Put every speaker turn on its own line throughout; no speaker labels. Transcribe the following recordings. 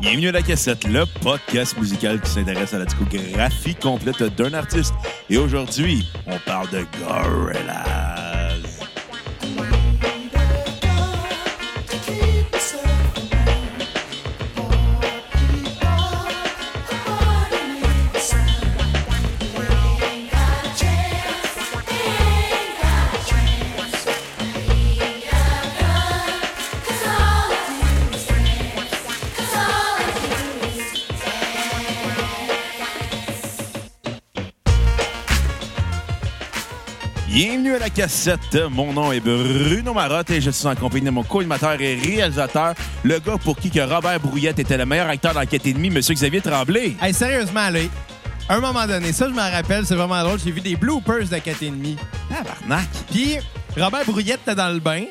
Bienvenue à La Cassette, le podcast musical qui s'intéresse à la discographie complète d'un artiste. Et aujourd'hui, on parle de Gorillaz. Bienvenue à La Cassette, mon nom est Bruno Marotte et je suis en compagnie de mon co-animateur et réalisateur, le gars pour qui que Robert Brouillette était le meilleur acteur d'enquête et demi, Monsieur Xavier Tremblay.
Hey, sérieusement, là, à un moment donné, ça, je m'en rappelle, c'est vraiment drôle. J'ai vu des bloopers de 4,5.
Tabarnak!
Puis, Robert Brouillette était dans le bain.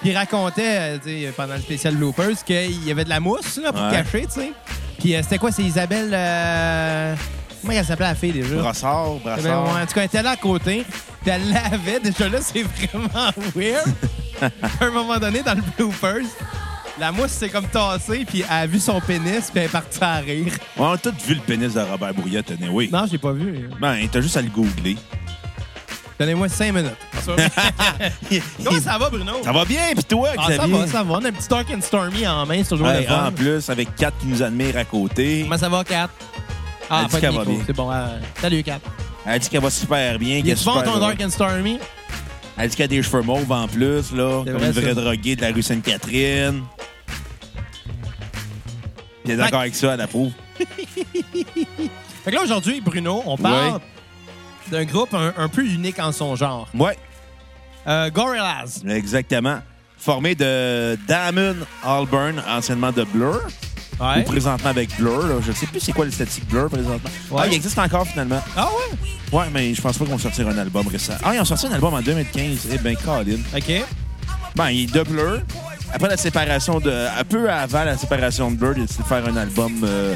Puis, il racontait, euh, tu sais, pendant le spécial bloopers, qu'il y avait de la mousse, là, pour
Ouais.
cacher, tu sais. Puis, euh, c'était quoi, c'est Isabelle. euh, Comment elle s'appelait la fille déjà?
Brassard,
Eh
brassard.
ben, ouais, en tout cas, elle était là à côté. Puis, elle l'avait. Déjà là, c'est vraiment weird. à un moment donné, dans le bloopers, la mousse s'est comme tassée. Puis, elle a vu son pénis. Puis, elle est partie à rire.
On a tous vu le pénis de Robert Brouillette, oui. Anyway.
Non, j'ai pas vu.
Ben, t'as juste à le googler.
Donnez-moi cinq minutes. Comment ça va, Bruno?
Ça va bien, pis toi,
Ah,
Xavier?
ça va, ça va. On a un petit Dark and Stormy en main, c'est toujours
Ouais,
le fun.
en plus, avec Kat qui nous admire à côté.
Comment ça va, Kat?
Elle
Ah,
dit
pas de
qu'elle va
micro.
bien.
C'est bon. euh, salut, Kat.
Elle dit qu'elle va super bien.
Il
qu'elle est
est souvent
super
ton
heureuse.
Dark and Stormy.
Elle dit qu'elle a des cheveux mauves en plus, là.
C'est
Comme
vrai,
une vraie
ça.
droguée de la rue Sainte-Catherine. Puis elle est d'accord avec ça, elle approuve.
Fait que là, aujourd'hui, Bruno, on parle
Ouais.
d'un groupe un, un peu unique en son genre.
Ouais,
Euh, Gorillaz.
exactement. Formée de Damon Alburn, anciennement de Blur, ou
Ouais.
présentement avec Blur. Là. Je sais plus c'est quoi l'esthétique Blur présentement.
Ouais.
Ah, il existe encore finalement.
Ah ouais?
Ouais, mais je pense pas qu'on sortira un album récent. Ah, ils ont sorti un album en 2015. Eh ben, Colin.
OK.
Ben, il est de Blur. Après la séparation de. Un peu avant la séparation de Blur, il a décidé de faire un album euh,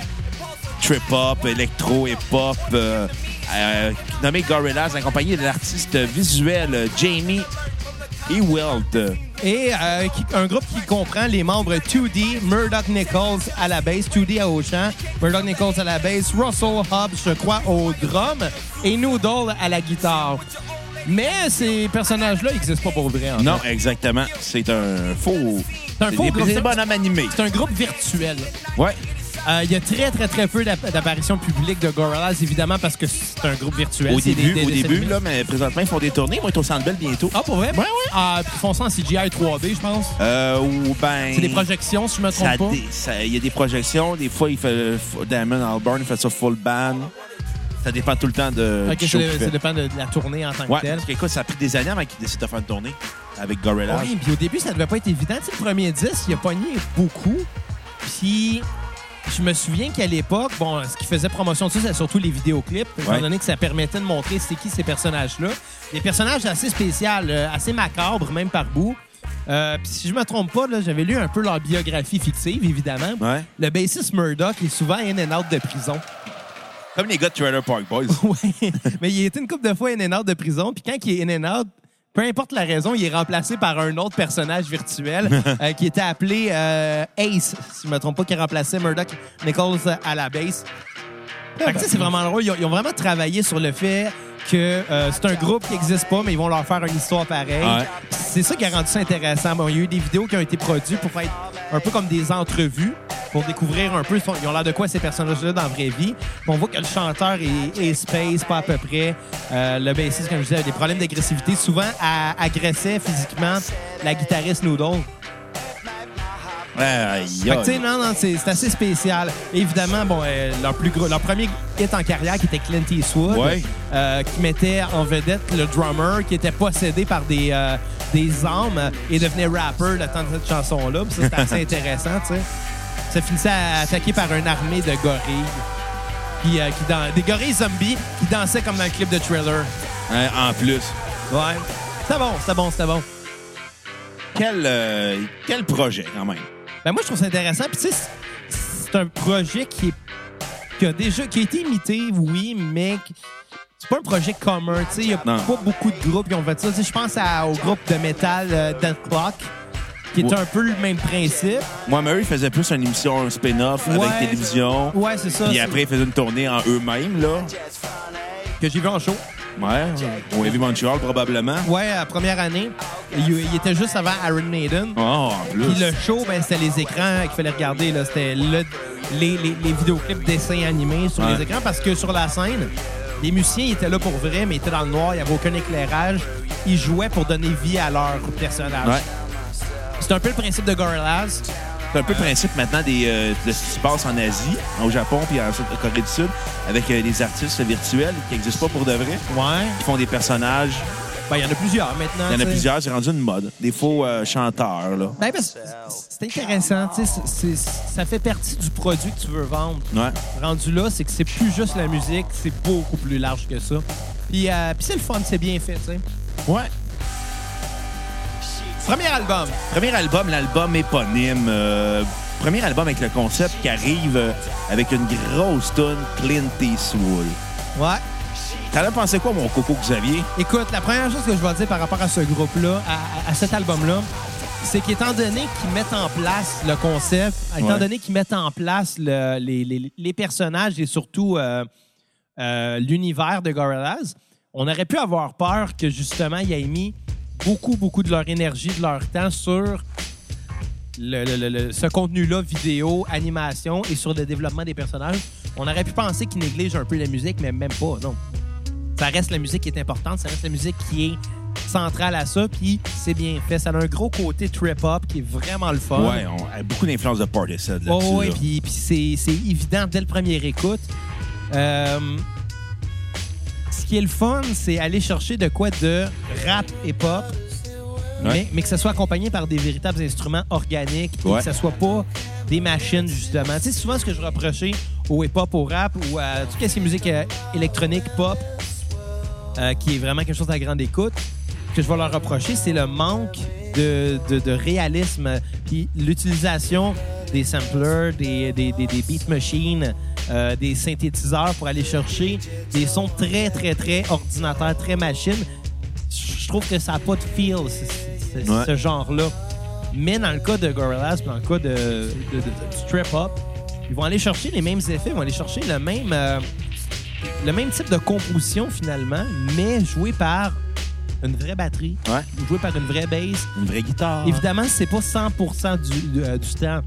trip-hop, électro, hip-hop, euh, euh, nommé Gorillaz, accompagné de l'artiste visuel euh, Jamie E. Ewelt.
Et euh, qui- un groupe qui comprend les membres 2D, Murdoch Nichols à la basse, 2D à au chant, Murdoch Nichols à la basse, Russell Hobbs, je crois, au drum et Noodle à la guitare. Mais ces personnages-là n'existent pas pour vrai. en
Non,
fait.
exactement. C'est un faux.
C'est un faux
des-
groupe.
C'est des bonhommes animés.
C'est un groupe virtuel.
Ouais.
Euh, Il y a très, très, très peu d'app- d'apparitions publiques de Gorillaz, évidemment, parce que c'est un groupe virtuel.
Au
Ben, C'est des-
début,
des-
au
des
début
animés.
là, mais présentement, ils font des tournées. Ils vont être au Centre Bell bientôt.
Ah, pour vrai?
Ouais, ouais.
Ah, puis ils font ça en CGI 3D, je pense.
Euh, ou ben.
C'est des projections, si je me
Ça
trompe pas.
dé- ça- Il y a des projections. Des fois, il fait euh, f- Damon Albarn, il fait ça full band. Ça dépend tout le temps de.
Ok,
du show
ça,
qu'il
ça
fait.
dépend de, de la tournée en tant
Ouais,
que telle.
parce que, écoute, ça a pris des années avant qu'il décide de faire une tournée avec Gorillaz.
Oui, puis au début, ça devait pas être évident. Tu sais, le premier disque, il a pogné beaucoup. Puis je me souviens qu'à l'époque, bon, ce qui faisait promotion de ça, c'est surtout les vidéoclips, étant
Ouais.
donné que ça permettait de montrer c'était qui ces personnages-là. Des personnages assez spéciaux, euh, assez macabres, même par bout. Euh, puis si je me trompe pas, là, j'avais lu un peu leur biographie fictive, évidemment.
Ouais.
Le bassiste Murdoch est souvent in and out de prison.
Comme les gars de Trailer Park Boys.
Ouais. Mais il a été une couple de fois in and out de prison. Puis quand il est in and out, peu importe la raison, il est remplacé par un autre personnage virtuel euh, qui était appelé euh, Ace, si je me trompe pas, qui remplaçait Murdoch Nichols à la base. Fait que, tu sais, c'est vraiment drôle. Ils ont, ils ont vraiment travaillé sur le fait que euh, c'est un groupe qui n'existe pas, mais ils vont leur faire une histoire pareille.
Ouais.
Puis C'est ça qui a rendu ça intéressant. Bon, il y a eu des vidéos qui ont été produites pour faire un peu comme des entrevues pour découvrir un peu, son- ils ont l'air de quoi ces personnages-là dans la vraie vie. Puis on voit que le chanteur est, est space, pas à peu près. Euh, le bassiste, comme je disais, avait des problèmes d'agressivité. Souvent, a- agressait physiquement la guitariste Noodle.
Aïe,
Fait que, tu sais,
aïe.
non, non, c'est c'est assez spécial. Évidemment, bon, euh, leur, plus gros, leur premier hit en carrière, qui était Clint Eastwood,
Ouais.
euh, qui mettait en vedette le drummer qui était possédé par des, euh, des âmes euh, et devenait rapper le temps de cette chanson-là. Puis Ça, c'était assez intéressant, tu sais. Ça finissait à- attaqué par une armée de gorilles. Qui, euh, qui dan- des gorilles zombies qui dansaient comme dans le clip de Thriller.
Hein, En plus.
Ouais. C'était bon, c'était bon, c'était bon.
Quel, euh, quel projet, quand même.
Ben moi, je trouve ça intéressant. Puis tu sais, c'est- c'est un projet qui, est, qui a déjà qui a été imité, oui, mais qui- c'est pas un projet commun. Tu sais, il y a
Non.
pas beaucoup de groupes qui ont fait ça. Tu sais, je pense à- au groupe de métal euh, Death Clock. qui est
Ouais.
un peu le même principe.
Moi, Murray faisait plus une émission, un spin-off
Ouais.
avec télévision.
Ouais, c'est ça.
Puis
c'est-
après, ils faisaient une tournée en eux-mêmes, là.
que j'ai vu en show.
Ouais. Au Heavy Montreal, probablement.
Ouais, la première année. Il, il était juste avant Iron Maiden.
Oh, en
Puis
plus.
le show, ben, c'était les écrans qu'il fallait regarder. là. C'était le- les, les, les vidéoclips dessins animés sur
Ouais.
les écrans parce que sur la scène, les musiciens ils étaient là pour vrai, mais ils étaient dans le noir, il n'y avait aucun éclairage. Ils jouaient pour donner vie à leur personnage.
Ouais.
C'est un peu le principe de Gorillaz.
C'est un peu le principe maintenant des, euh, de ce qui se passe en Asie, au Japon, puis en en Corée du Sud, avec euh, des artistes virtuels qui n'existent pas pour de vrai.
Ouais.
Ils font des personnages.
Ben, il y en a plusieurs maintenant.
Il y en a
tu sais.
plusieurs, c'est rendu une mode. Des faux euh, chanteurs, là.
Ah, Ben, parce que c'est intéressant, tu sais, c'est- c'est- ça fait partie du produit que tu veux vendre.
Ouais.
rendu là, c'est que c'est plus juste la musique, c'est beaucoup plus large que ça. Puis, euh, puis c'est le fun, c'est bien fait, tu sais.
Ouais.
Premier album.
Premier album, l'album éponyme. euh, premier album avec le concept qui arrive euh, avec une grosse tonne Clint Eastwood.
Ouais.
T'en as pensé quoi, mon coco Xavier?
Écoute, la première chose que je vais dire par rapport à ce groupe-là, à, à- à cet album-là, c'est qu'étant donné qu'ils mettent en place le concept, étant
Ouais.
donné qu'ils mettent en place le- les, les- les personnages et surtout euh, euh, l'univers de Gorillaz, on aurait pu avoir peur que justement, ils aient mis beaucoup, beaucoup de leur énergie, de leur temps sur le- le- le- le- ce contenu-là, vidéo, animation et sur le développement des personnages. On aurait pu penser qu'ils négligent un peu la musique, mais même pas, non. Ça reste la musique qui est importante, ça reste la musique qui est centrale à ça, puis c'est bien fait. Ça a un gros côté trip-hop qui est vraiment le fun.
Ouais, on a beaucoup d'influence de Partisan là-dessus.
Oui, ouais,
là.
puis, puis c'est, c'est évident dès le premier écoute. Euh, ce qui est le fun, c'est aller chercher de quoi de rap et pop,
Ouais.
mais, mais que ça soit accompagné par des véritables instruments organiques et
Ouais.
que ça soit pas des machines, justement. Tu sais, souvent, ce que je reprochais au hip-hop, au rap ou à tout ce qui est musique euh, électronique, pop, euh, qui est vraiment quelque chose à grande écoute, que je vais leur reprocher, c'est le manque de, de- de réalisme, euh, puis l'utilisation des samplers, des, des, des- des beat machines, euh, des synthétiseurs pour aller chercher des sons très, très, très ordinateurs, très machines. Je je trouve que ça n'a pas de feel, c- c- c-
Ouais.
ce genre-là. Mais dans le cas de Gorillaz, puis dans le cas de, de- de- de- du Trip Hop, ils vont aller chercher les mêmes effets, ils vont aller chercher le même, euh, le même type de composition finalement, mais joué par une vraie batterie,
Ouais.
joué par une vraie bass.
Une vraie guitare.
Évidemment, c'est pas 100% du, du- euh, du temps.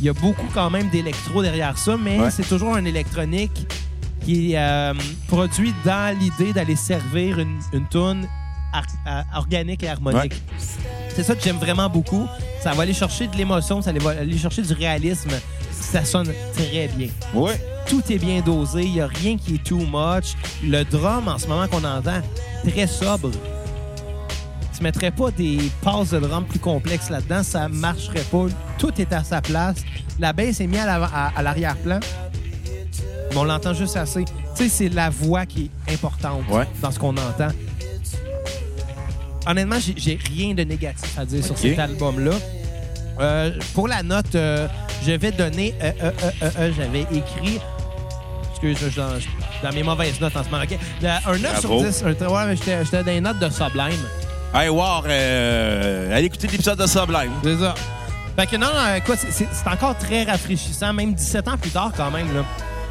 Il y a beaucoup quand même d'électro derrière ça, mais
Ouais.
c'est toujours un électronique qui est euh, produit dans l'idée d'aller servir une, une toune ar- euh, organique et harmonique. C'est ça que j'aime vraiment beaucoup. Ça va aller chercher de l'émotion, ça va aller chercher du réalisme. Ça sonne très bien
Ouais.
tout est bien dosé, il n'y a rien qui est too much. Le drum, en ce moment qu'on entend, très sobre. Tu mettrais pas des passes de drum plus complexes là-dedans, ça marcherait pas. Tout est à sa place. La baisse est mise à l'avant- à à l'arrière-plan, mais on l'entend juste assez. Tu sais, c'est la voix qui est importante
Ouais.
dans ce qu'on entend. Honnêtement, j'ai- j'ai rien de négatif à dire sur
Ok.
cet album-là. Euh, pour la note, euh, je vais donner. euh, euh, euh, euh, euh, J'avais écrit. Excuse, je suis dans, je suis dans mes mauvaises notes en ce moment. OK? Le- un 9
Bravo.
sur 10. Un, ouais, mais j'étais j'étais dans les notes de Sublime.
Hey, War, euh, allez écouter l'épisode de Sublime.
C'est ça. Fait que non, euh, écoute, c'est- c'est c'est encore très rafraîchissant, même 17 ans plus tard quand même. Là.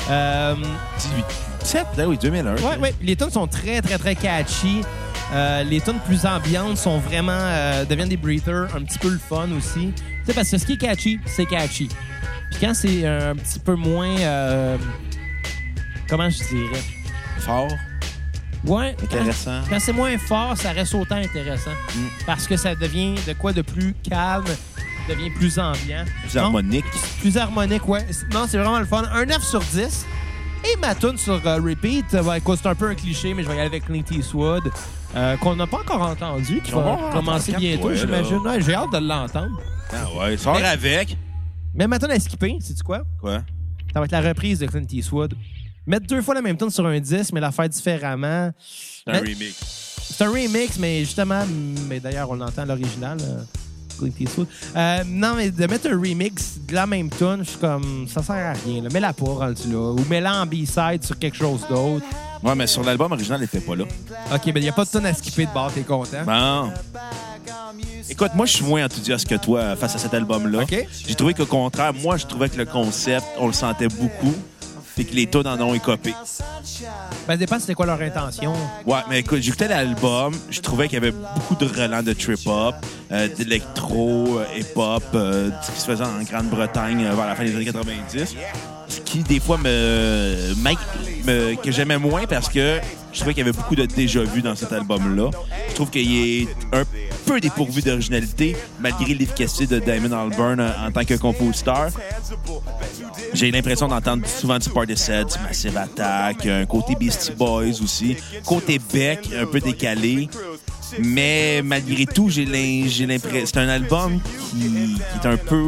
Euh,
18. 7? Ah oui, 2001.
Ouais, ouais. Les tunes sont très, très, très catchy. Euh, les tunes plus ambiantes sont vraiment euh, deviennent des breathers, un petit peu le fun aussi. Tu sais parce que ce qui est catchy, c'est catchy. Puis quand c'est un petit peu moins, euh, comment je dirais,
Fort,
ouais, quand-
intéressant.
Quand c'est moins fort, ça reste autant intéressant
Mm.
parce que ça devient de quoi de plus calme, devient plus ambiant,
Plus
Non?
harmonique.
plus harmonique, ouais. C- Non, c'est vraiment le fun. Un 9 sur 10. Et ma tune sur euh, Repeat, euh, ouais, écoute, c'est un peu un cliché, mais je vais y aller avec Clint Eastwood, euh, qu'on n'a pas encore entendu, qui
On va
va
en
commencer
entendre
bientôt,
quatre, ouais,
j'imagine. Ouais, J'ai hâte de l'entendre.
Ah ouais, sort
Mais-
avec.
Mais ma tune à skipper, sais-tu quoi?
Quoi?
Ça va être la reprise de Clint Eastwood. Mettre deux fois la même tune sur un disque, mais la faire différemment.
C'est un
Mais-
remix.
C'est un remix, mais justement, mais d'ailleurs, on l'entend à l'original, euh, Clint Eastwood. Euh, non, mais de mettre un remix de la même tune, je suis comme, ça sert à rien. là. Mets-la pas rendu là. Ou mets-la en B-side sur quelque chose d'autre.
Ouais, mais sur l'album original, il était pas là.
OK, mais il n'y a pas de tune à skipper de bord, t'es content?
Bon. Écoute, moi, je suis moins enthousiaste que toi face à cet album-là.
OK.
J'ai trouvé qu'au contraire, moi, je trouvais que le concept, on le sentait beaucoup, puis que les tunes en ont écopé.
Ben, ça dépend c'était quoi leur intention.
Ouais, mais écoute, j'écoutais l'album, je trouvais qu'il y avait beaucoup de relents de trip-hop, euh, d'électro, euh, hip-hop, euh, de ce qui se faisait en Grande-Bretagne euh, vers la fin des années 90. Ce qui, des fois, me, m'a- me- que j'aimais moins parce que je trouvais qu'il y avait beaucoup de déjà-vu dans cet album-là. Je trouve qu'il est un peu dépourvu d'originalité, malgré l'efficacité de Damon Albarn euh, en tant que compositeur. J'ai l'impression d'entendre souvent du Party Set, du Massive Attack, un côté Beastie Boys aussi, côté Beck un peu décalé. Mais malgré tout, j'ai l'im- j'ai l'impression. C'est un album qui, qui est un peu.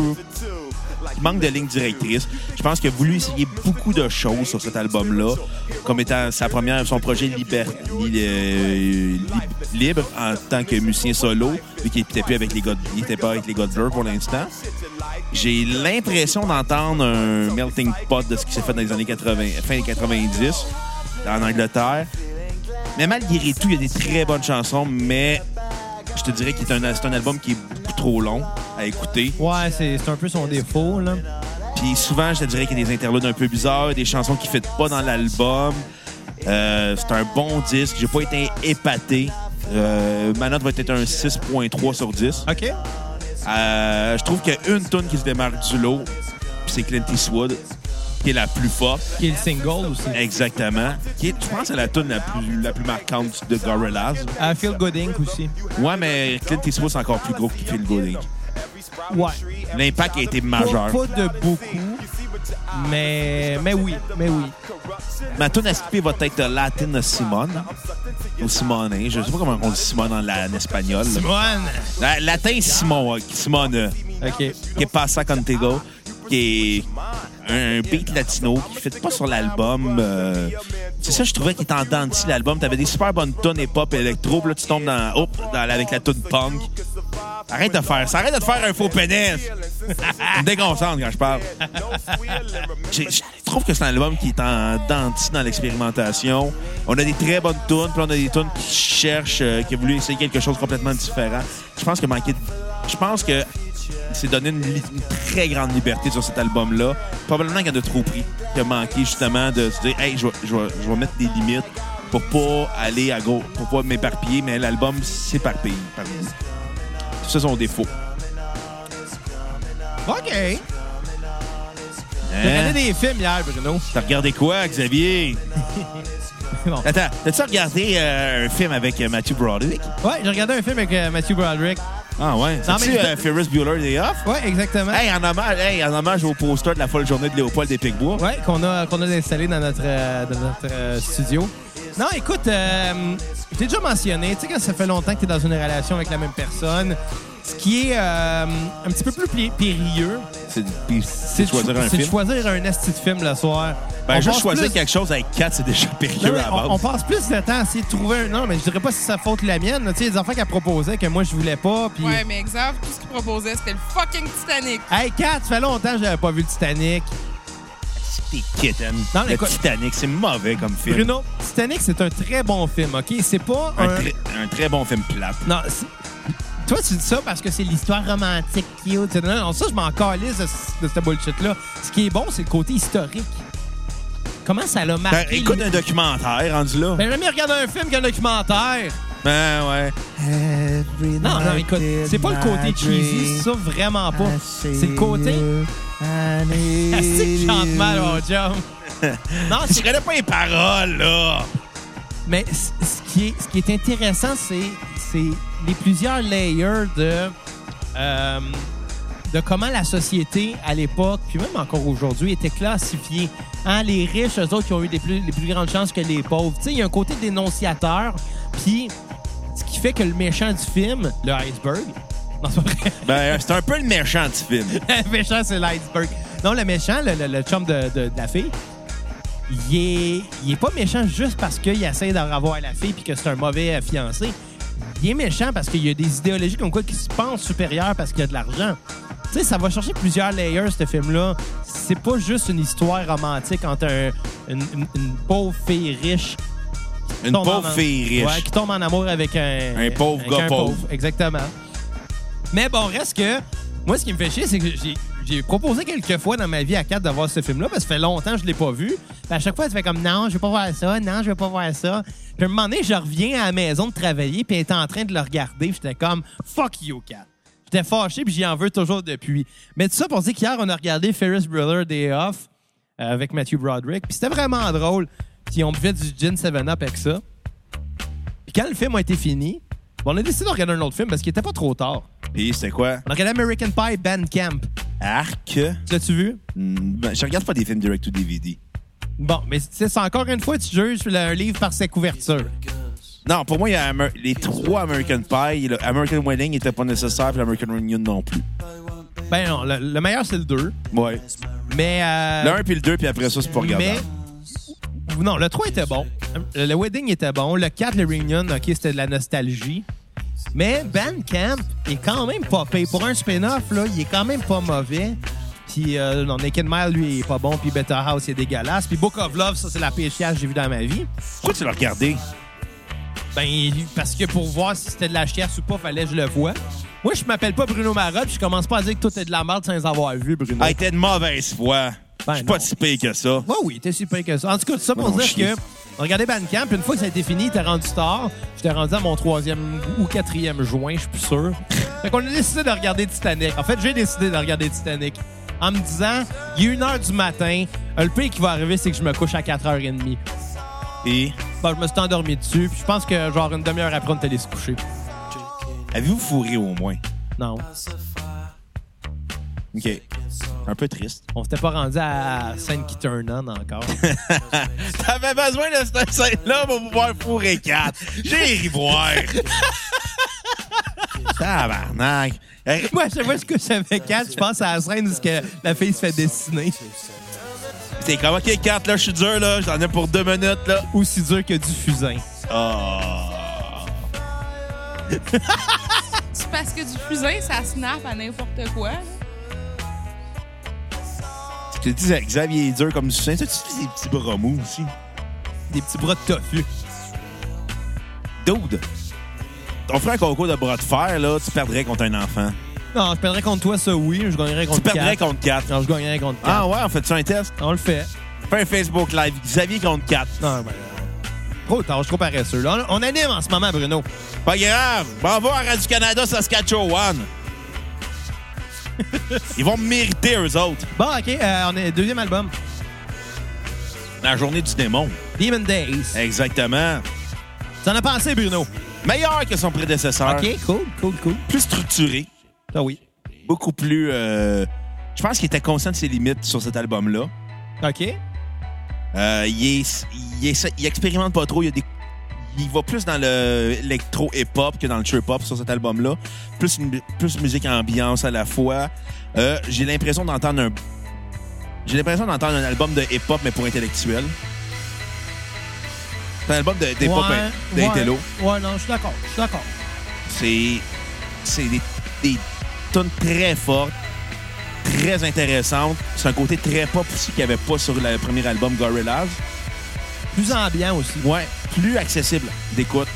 qui manque de ligne directrice. Je pense qu'il a voulu essayer beaucoup de choses sur cet album-là, comme étant sa première, son projet liber- li- euh, li- libre en tant que musicien solo, vu qu'il n'était plus avec les gars, il était pas avec les gars de Blur pour l'instant. J'ai l'impression d'entendre un melting pot de ce qui s'est fait dans les années 80, fin des 90 en Angleterre. Mais malgré tout, il y a des très bonnes chansons, mais je te dirais que c'est un, c'est un album qui est beaucoup trop long à écouter.
Ouais, c'est c'est un peu son défaut, là.
Puis souvent, je te dirais qu'il y a des interludes un peu bizarres, des chansons qui ne fitent pas dans l'album. Euh, c'est un bon disque. J'ai pas été épaté. Euh, ma note va être un 6.3 sur 10.
OK.
Euh, je trouve qu'il y a une tune qui se démarque du lot, puis c'est Clint Eastwood, qui est la plus forte,
Qui est le single aussi.
exactement. Qui est, je pense, c'est la tune la plus, la plus marquante de Gorillaz.
Euh, Phil Gooding aussi.
Ouais, mais Clint Eastwood, c'est encore plus gros que Phil Gooding.
Ouais.
L'impact a été
Pas,
majeur.
pas de beaucoup, mais, mais oui, mais oui.
Ma tune à skipper va être Latin Simone, ou Simone, je sais pas comment on dit Simone en, la- en espagnol. là.
Simone!
La- Latin Simon, Simone. euh,
OK.
qui est Passa Contigo, qui est un beat latino qui fait pas sur l'album. euh, c'est ça, je trouvais qu'il était en dents de scie, l'album. T'avais des super bonnes tonnes hip-hop électro, puis là, tu tombes dans, hop, dans- avec la tune punk. Arrête de faire ça, arrête de te faire un faux pénis. Ça me déconcentre quand je parle. J'ai- Je trouve que c'est un album qui est en dents de scie dans l'expérimentation. On a des très bonnes tunes, puis on a des tunes qui cherchent, euh, qui ont voulu essayer quelque chose de complètement différent. Je pense que manquer de- Je pense que s'est donné une, li- une très grande liberté sur cet album-là. Probablement qu'il y en a trop pris, qu'il a manqué justement de se dire Hey, je vais, je vais- je vais mettre des limites pour pas aller à gauche, pour pas m'éparpiller, mais l'album s'éparpille par nous. C'est son défaut.
OK. J'ai
Hein?
regardé des films hier, Bruno.
T'as regardé quoi, Xavier?
Bon.
Attends, t'as-tu regardé euh, un film avec euh, Matthew Broderick?
Ouais, j'ai regardé un film avec euh, Matthew Broderick.
Ah ouais.
mais
C'est-tu
t'as-
euh, Ferris Bueller Day Off?
Ouais, exactement.
Hey, en hommage, hey, en hommage au poster de la folle journée de Léopold des Picbois.
Ouais, qu'on a, qu'on a installé dans notre, euh, dans notre euh, studio. Non, écoute, euh, je t'ai déjà mentionné, tu sais, quand ça fait longtemps que tu es dans une relation avec la même personne, ce qui est euh, un petit peu plus pé- périlleux,
C'est puis
c'est de,
choisir
cho-
un
c'est de
film.
choisir un asti de film le soir.
Ben,
On
juste
passe
choisir
plus-
quelque chose avec 4, c'est déjà
Non,
périlleux
mais
à la base.
on, on passe plus de temps à essayer de trouver un. Non, mais je dirais pas si c'est sa faute la mienne. là. Tu sais, les enfants qu'elle proposait que moi je voulais pas. Puis...
Ouais, mais Xav, tout ce qu'il proposait, c'était le fucking Titanic.
Hey, Kat, ça fait longtemps que j'avais pas vu le Titanic.
T'es kitten.
Non, mais
le
écoute-
Titanic, c'est mauvais comme film.
Bruno, Titanic, c'est un très bon film, OK? C'est pas
Un,
un. Ah,
très- un très bon film plate.
Non, c'est- toi, tu dis ça parce que c'est l'histoire romantique cute. Non, non, ça, je m'en calisse de, ce- de cette bullshit-là. Ce qui est bon, c'est le côté historique. Comment ça l'a
Ben,
marqué?
écoute un documentaire rendu là.
Ben, j'ai jamais regardé un film qu'un documentaire.
Ben ouais.
Non, non, écoute, c'est pas le côté cheesy, ça, vraiment pas. C'est le côté... Ah, C'est que je chante mal, mon chum. Non,
Je
c'est...
connais pas les
Ah,
paroles, là.
Mais c- ce qui est, ce qui est intéressant, c'est, c'est les plusieurs layers de, euh, de comment la société à l'époque, puis même encore aujourd'hui, était classifiée. Hein, les riches, eux autres, qui ont eu des plus, les plus grandes chances que les pauvres. Tu sais, il y a un côté dénonciateur, puis ce qui fait que le méchant du film, le iceberg, non, c'est pas vrai.
Ben, c'est un peu le méchant du film.
le méchant, c'est l'iceberg. Non, le méchant, le, le- le chum de, de- de la fille, il est, il est pas méchant juste parce qu'il essaie d'en avoir la fille puis que c'est un mauvais euh, fiancé. Il est méchant parce qu'il y a des idéologies comme quoi qui se pensent supérieures parce qu'il y a de l'argent. Tu sais, ça va chercher plusieurs layers, ce film-là. C'est pas juste une histoire romantique entre un- une, une- une pauvre fille riche.
Une
tombe
pauvre
en-
fille riche.
Ouais, qui tombe en amour avec un...
Un pauvre
avec
gars
un
pauvre.
Exactement. Mais bon, reste que. Moi, ce qui me fait chier, c'est que j'ai- j'ai proposé quelques fois dans ma vie à 4 de voir ce film-là, parce que ça fait longtemps que je l'ai pas vu. Puis à chaque fois, tu fais comme non, je veux pas voir ça, non, je veux pas voir ça. Puis à un moment donné, je reviens à la maison de travailler, puis elle était en train de le regarder, puis j'étais comme fuck you, 4. J'étais fâché, puis j'y en veux toujours depuis. Mais tout ça pour dire qu'hier, on a regardé Ferris Brother Day Off euh, avec Matthew Broderick, puis c'était vraiment drôle. Puis on buvait du gin 7-up avec ça. Puis quand le film a été fini, on a décidé de regarder un autre film parce qu'il était pas trop tard.
Et c'est quoi?
On a regardé American Pie Bandcamp.
Arc.
Tu L'as-tu vu?
Hmm, ben, je regarde pas des films direct to DVD.
Bon, mais tu sais, c'est encore une fois, tu juges le livre par sa couverture.
Non, pour moi, il y a Amer- les trois American Pie. Le American Wedding n'était pas nécessaire, puis l'American Reunion non plus.
Ben non, le, le meilleur, c'est le 2.
Ouais.
Mais. euh,
Le 1 puis le 2, puis après ça, c'est pas
mais.
regardable.
Non, le 3 était bon. Le, le wedding était bon. Le 4, le reunion, OK, c'était de la nostalgie. Mais Bandcamp est quand même pas payé. Pour un spin-off, là, il est quand même pas mauvais. Puis, euh, non, Naked Mile, lui, il est pas bon. Puis Better House, il est dégueulasse. Puis Book of Love, ça, c'est la pire chiasse que j'ai vue dans ma vie.
Pourquoi tu l'as regardé?
Ben, parce que pour voir si c'était de la chiasse ou pas, fallait que je le voie. Moi, je m'appelle pas Bruno Marotte, puis je commence pas à dire que tout est de la merde sans les avoir vu, Bruno.
Ah, t'es de mauvaise foi.
Ben
je suis pas
non.
si pire que ça.
Ouais, oui, t'es super que ça. En tout cas, tout ça pour
Non,
dire
chier.
que regardez Bandcamp, une fois que ça a été fini, t'es rendu tard. J'étais rendu à mon troisième ou quatrième joint, je suis plus sûr. fait qu'on a décidé de regarder Titanic. En fait, j'ai décidé de regarder Titanic en me disant, il est une heure du matin, Euh, le pire qui va arriver, c'est que je me couche à 4h30.
Et
Bon, je me suis endormi dessus, puis je pense que genre une demi-heure après, on était allé se coucher.
avez-vous fourré au moins?
Non.
OK. Un peu triste.
On s'était pas rendu à scène qui turn on encore.
T'avais besoin de cette scène-là pour pouvoir fourrer 4. J'ai ri voir. Tabarnak. Eh, Arrête-
Moi, à chaque fois que je suis avec Kat, je pense à la scène où ce que la fille se fait dessiner.
T'es comme, OK, 4, là, je suis dur, là. J'en ai pour deux minutes, là.
Aussi dur que du fusain.
Oh.
C'est parce que du fusain, ça snap à n'importe quoi. là.
Je te dis, Xavier est dur comme du sein. Tu sais, des petits bras mous aussi.
Des petits bras de tofu.
Dude, on ferait un concours de bras de fer, là. Tu perdrais contre un enfant.
Non, je perdrais contre toi, ça oui. Je gagnerais
Tu
contre
perdrais
Kat.
contre 4.
Non, je gagnerais contre Kat.
Ah ouais, on fait-tu un test?
On le fait.
Fais un Facebook Live. Xavier contre 4.
Non, ben... Trop tard, je suis trop paresseux. Là, on, on anime en ce moment, Bruno.
Pas grave. Bravo à Radio-Canada Saskatchewan. Ils vont me mériter, eux autres.
Bon, OK, euh, on est deuxième album.
La journée du démon.
Demon Days.
Exactement.
T'en as pensé, Bruno?
Meilleur que son prédécesseur.
OK, cool, cool, cool.
Plus structuré.
Ah oui.
Beaucoup plus... euh, Je pense qu'il était conscient de ses limites sur cet album-là.
OK.
Euh, il, est- il est- il expérimente pas trop. Il, y a des- il va plus dans le électro hip hop que dans le trip hop sur cet album-là. Plus, une- plus musique ambiance à la fois. Euh, j'ai l'impression d'entendre un j'ai l'impression d'entendre un album de hip hop mais pour intellectuel. C'est un album de- d'hip hop
Ouais,
in- d'intello.
ouais, ouais, non, je suis d'accord, je suis d'accord.
C'est c'est des, des tunes très fortes, très intéressantes. C'est un côté très pop aussi qu'il n'y avait pas sur le premier album Gorillaz.
Plus ambiant aussi.
Ouais, plus accessible d'écoute.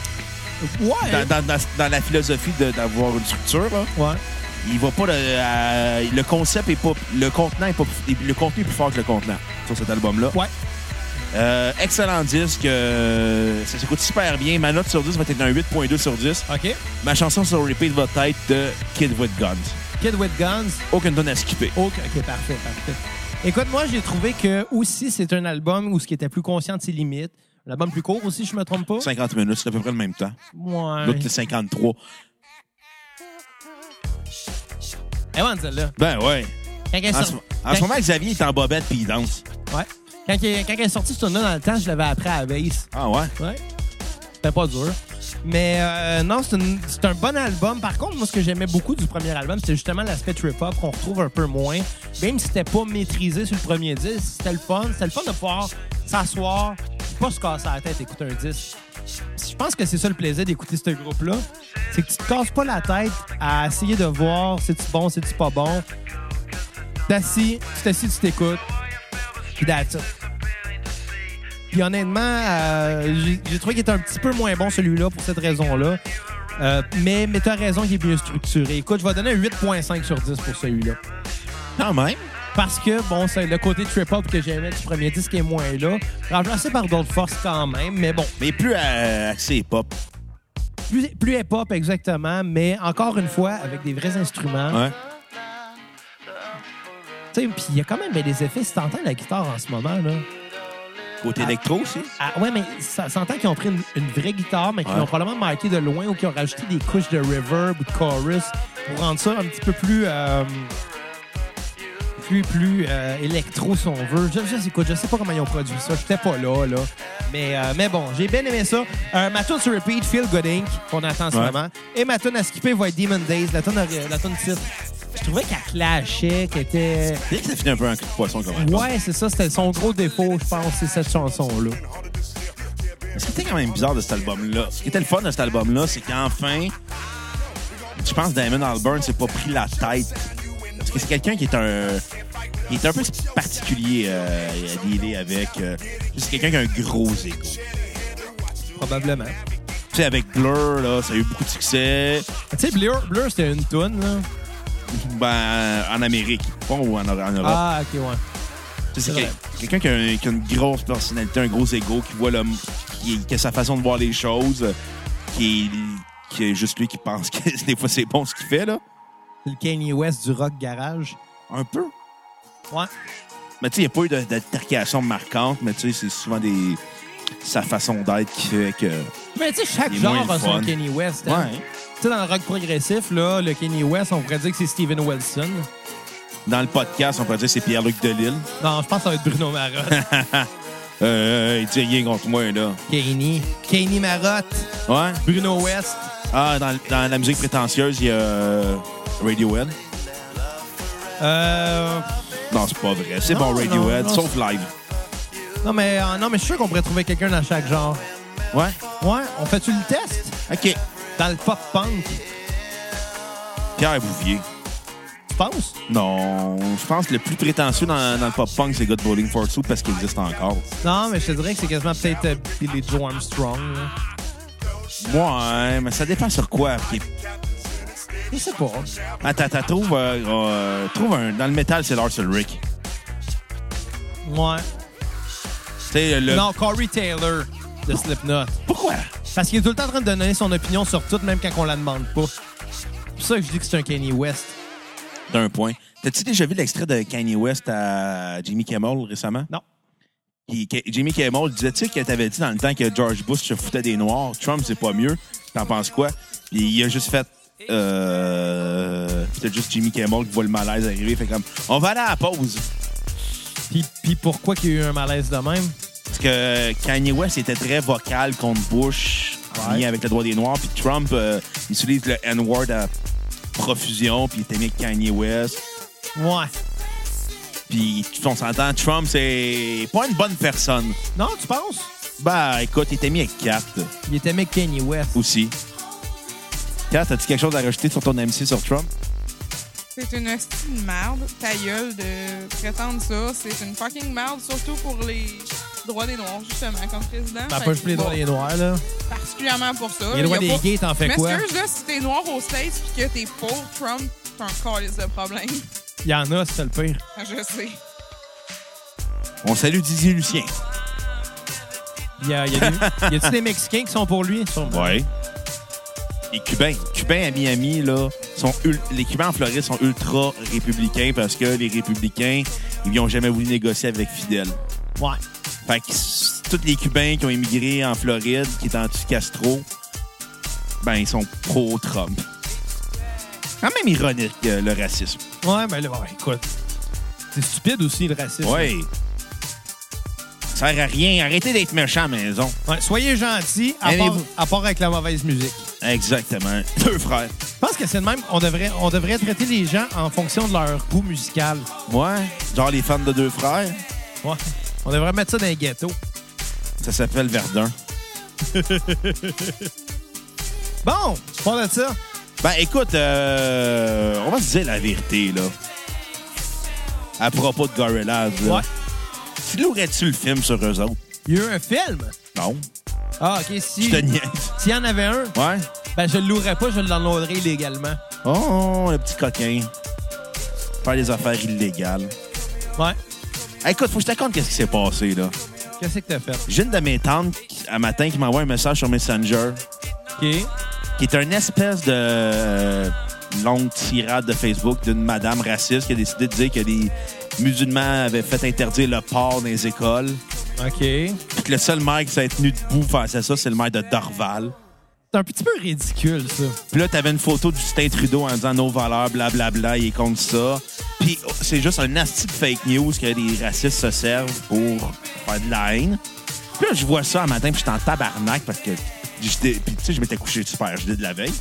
Ouais.
Dans, dans- dans- dans la philosophie de- d'avoir une structure, là,
Ouais.
il va pas le, à- le concept est pas le contenant est pas le contenu est plus fort que le contenant sur cet album-là.
Ouais.
Euh, excellent disque, euh, ça s'écoute super bien. Ma note sur 10 va être un 8.2 sur 10.
OK.
Ma chanson sur repeat va être de Kid with Guns.
Kid with Guns.
Aucune donne à skipper.
OK, OK, parfait, parfait. Écoute, moi, j'ai trouvé que aussi, c'est un album où ce qui était plus conscient de ses limites. Un album plus court aussi, je me trompe pas. hein.
50 minutes, c'est à peu près le même temps.
Ouais.
L'autre, c'est 53.
Eh ouais, celle-là.
Ben ouais.
Quand elle est
En ce,
sorti-
en ce
quand-
moment, Xavier est en bobette puis il danse.
Ouais. Quand elle, quand elle est sortie, ce tournoi dans le temps, je l'avais appris à la base.
Ah ouais?
Ouais. C'était pas dur. Mais euh, non, c'est une- c'est un bon album. Par contre, moi, ce que j'aimais beaucoup du premier album, c'est justement l'aspect trip-hop qu'on retrouve un peu moins. Même si c'était pas maîtrisé sur le premier disque, c'était le fun. C'était le fun de pouvoir s'asseoir, pas se casser la tête, écouter un disque. Puis Je pense que c'est ça le plaisir d'écouter ce groupe-là. C'est que tu te casses pas la tête à essayer de voir c'est-tu bon, c'est-tu pas bon. T'assis, tu t'assis, tu t'écoutes. Puis that's it. Puis honnêtement, euh, j'ai- j'ai trouvé qu'il était un petit peu moins bon celui-là pour cette raison-là. Euh, mais mais t'as raison, il est mieux structuré. Écoute, je vais donner un 8.5 sur 10 pour celui-là.
Quand même.
Parce que, bon, c'est le côté trip-hop que j'aimais du premier disque est moins là. Remplacé par d'autres forces quand même, mais bon,
Mais plus euh, assez pop.
plus, plus hip-hop exactement, mais encore une fois, avec des vrais instruments.
Ouais.
Tu sais, Puis il y a quand même ben, des effets. Si t'entends la guitare en ce moment, là.
Côté électro aussi.
Ah, ouais, mais ça s'entend qu'ils ont pris une, une vraie guitare, mais qu'ils
Ouais.
l'ont probablement marqué de loin ou qu'ils ont rajouté des couches de reverb ou de chorus pour rendre ça un petit peu plus. euh, plus, plus euh, électro, si on veut. Je, je, sais- écoute, je sais pas comment ils ont produit ça. J'étais pas là, là. Mais, euh, mais bon, j'ai bien aimé ça. Euh, ma tune sur repeat, Feel Good Inc., qu'on attend en ce
Ouais.
moment. Et ma tune à skipper va être Demon Days, la tune ori- la tune titre. Je trouvais qu'elle clashait, qu'elle était...
C'est vrai que ça finit un peu en cul de poisson quand même.
Ouais, c'est ça. C'était son gros défaut, je pense, c'est cette chanson-là.
Mais C'était quand même bizarre de cet album-là. Ce qui était le fun de cet album-là, c'est qu'enfin, je pense que Damon Albarn s'est pas pris la tête. Parce que c'est quelqu'un qui est un. qui est un peu particulier euh, à dealer avec. euh, c'est quelqu'un qui a un gros ego.
Probablement.
Tu sais, avec Blur, là, ça a eu beaucoup de succès.
Tu sais, Blur, Blur c'était une toune, là.
Ben, en Amérique, pas ou en, en Europe.
Ah, ok, ouais.
Tu sais,
c'est
c'est
vrai.
quel- quelqu'un qui, a un- qui a une grosse personnalité, un gros ego, qui voit l'homme, qui, qui a sa façon de voir les choses, euh, qui est, qui est juste lui qui pense que des fois c'est bon ce qu'il fait, là.
Le Kanye West du rock garage.
Un peu.
Ouais.
Mais tu sais, il n'y a pas eu de- d'altercation marquante, mais tu sais, c'est souvent des sa façon d'être qui fait que.
Mais tu sais, chaque
Il est moins
genre a
le
son
fun.
Kanye West.
Ouais.
hein. Tu sais, dans le rock progressif, là, le Kanye West, on pourrait dire que c'est Steven Wilson.
Dans le podcast, on pourrait dire c'est Pierre-Luc Delille.
Non, je pense que ça va être Bruno Marotte.
Euh, il dit rien contre moi, là.
Kanye. Kanye Marotte.
Ouais.
Bruno West.
Ah, dans, dans la musique prétentieuse, il y a euh, Radiohead.
Euh...
Non, c'est pas vrai. C'est
Non,
bon,
non,
Radiohead,
non,
sauf live.
Non, mais, euh, non, mais je suis sûr qu'on pourrait trouver quelqu'un dans chaque genre.
Ouais.
Ouais, on fait-tu le test?
OK.
Dans le pop-punk,
Pierre Bouvier.
tu penses?
Non, je pense que le plus prétentieux dans, dans le pop-punk, c'est God Bowling for Two parce qu'il existe encore.
Non, mais je te dirais que c'est quasiment peut-être euh, Billy Joe Armstrong. là.
Ouais, mais ça dépend sur quoi. Puis-
Je sais pas.
Attends, attends, trouve, euh, euh, trouve un. Dans le métal, c'est Lars Ulrich.
Ouais.
Tu sais, le.
Non, Corey Taylor de Slipknot.
Pourquoi?
Parce qu'il est tout le temps en train de donner son opinion sur tout, même quand on la demande pas. C'est pour ça que je dis que c'est un Kanye West.
D'un point. T'as-tu déjà vu l'extrait de Kanye West à Jimmy Kimmel récemment?
Non.
Qui- Ki- Jimmy Kimmel disait-tu que t'avais dit dans le temps que George Bush se foutait des Noirs? Trump, c'est pas mieux. T'en penses quoi? Puis il a juste fait. Euh. C'était juste Jimmy Kimmel qui voit le malaise arriver. Fait comme. On va aller à la pause.
Puis, puis pourquoi qu'il y a eu un malaise de même?
Parce que Kanye West était très vocal contre Bush, en
Ouais.
lien avec le droit des Noirs. Puis Trump, euh, il utilise le N-word à profusion, puis il était mis avec Kanye West.
Ouais.
Puis on s'entend, Trump, c'est pas une bonne personne.
Non, tu penses?
Bah, écoute, il était mis avec Kat euh,
Il était avec Kanye West.
aussi. Kat, as-tu quelque chose à rajouter sur ton MC sur Trump?
C'est une hostie de merde, ta gueule de prétendre ça. C'est une fucking merde, surtout pour les droits des Noirs, justement, comme président.
Ben, pas
Fait que,
juste les
bon,
droits des Noirs, là.
Particulièrement pour ça.
Les droits
Il y a
des
pas-
gays, t'en fais quoi?
M'excuse, là, si t'es noir aux States pis que t'es pour Trump, t'as un calice de problème.
Il y en a, c'est le pire.
Je sais.
On salue Didier Lucien.
Il y a, il y a des- y a-tu des Mexicains qui sont pour lui? Sûrement.
Ouais. Les Cubains. Cubains à Miami, là, sont ul- les Cubains en Floride sont ultra républicains parce que les républicains, ils n'ont jamais voulu négocier avec Fidel.
Ouais.
Fait que s- tous les Cubains qui ont immigré en Floride, qui étaient anti-Castro, ben, ils sont pro-Trump. Quand même ironique, euh, le racisme.
Ouais, mais là, bon, écoute. C'est stupide aussi, le racisme.
Ouais. Ça sert à rien. Arrêtez d'être méchant à la maison.
Ouais, soyez gentils, à part,
Aimez-vous.
à part avec la mauvaise musique.
Exactement. Deux frères.
Je pense que c'est le même. On devrait, on devrait traiter les gens en fonction de leur goût musical.
Ouais. Genre les fans de deux frères.
Ouais. On devrait mettre ça dans les ghettos.
Ça s'appelle Verdun.
Bon, tu parles de ça?
Ben, écoute, euh, on va se dire la vérité, là. À propos de Gorillaz, là.
Ouais.
Tu louerais-tu le film sur eux autres?
Il y a eu un film.
Non.
Ah, OK, si.
Je te niaise.
S'il y en avait un,
Ouais?
Ben, je le louerais pas, je le downloaderais illégalement.
Oh, oh, le petit coquin. Faire des affaires illégales.
Ouais.
Hey, écoute, faut que je te raconte qu'est-ce qui s'est passé, là.
Qu'est-ce que t'as fait?
J'ai une de mes tantes, qui- un matin, qui m'envoie un message sur Messenger,
OK.
qui est une espèce de euh, longue tirade de Facebook d'une madame raciste qui a décidé de dire que les musulmans avaient fait interdire le port dans les écoles.
OK. C'est
Puis que le seul maire qui s'est tenu debout face à ça, c'est le maire de Dorval.
un petit peu ridicule, ça.
Puis là, t'avais une photo de Justin Trudeau en disant nos valeurs, blablabla, il est contre ça. Puis oh, c'est juste un nasty de fake news que les racistes se servent pour faire de la haine. Puis là, je vois ça un matin, puis j'étais en tabarnak parce que j'étais. Puis tu sais, je m'étais couché super gelé de la veille.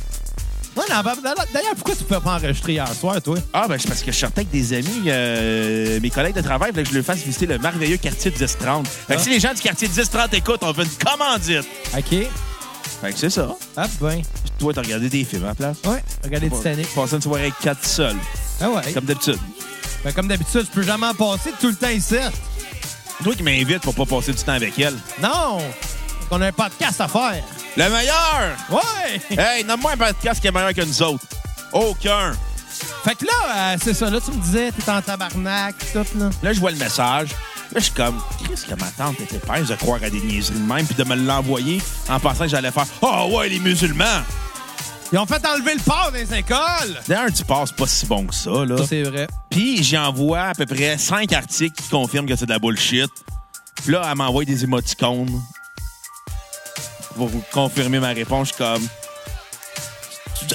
Ouais, non, ben, d'ailleurs, pourquoi tu peux pas enregistrer hier soir, toi?
Ah, ben, c'est parce que je sortais avec des amis, euh, mes collègues de travail, fallait que je leur fasse visiter le merveilleux quartier 10-30. Fait que
Ah.
si les gens du quartier 10-30 écoutent, on veut une commandite.
OK.
Fait que c'est ça.
Ah, ben.
Puis toi, t'as regardé des films à la place.
Ouais, regardez Titanic.
Passer une soirée avec quatre seuls,
Ah ouais.
comme d'habitude.
Ben, comme d'habitude, je peux jamais en passer tout le temps ici.
Toi qui m'invites pour pas passer du temps avec elle.
Non! On a un podcast à faire.
Le meilleur!
Ouais!
Hey, nomme-moi un podcast qui est meilleur que nous autres. Aucun.
fait que là, euh, c'est ça. Là, tu me disais, t'es en tabarnak, tout, là.
Là, je vois le message. Là, je suis comme, qu'est-ce que ma tante était pèse de croire à des niaiseries de même puis de me l'envoyer en pensant que j'allais faire Ah ouais, les musulmans!
Ils ont fait enlever le port des écoles!
D'ailleurs, tu passes pas si bon que ça, là.
Ça, c'est vrai.
Puis j'envoie à peu près cinq articles qui confirment que c'est de la bullshit. Puis là, elle m'envoie des émoticônes pour vous confirmer ma réponse. Je suis comme...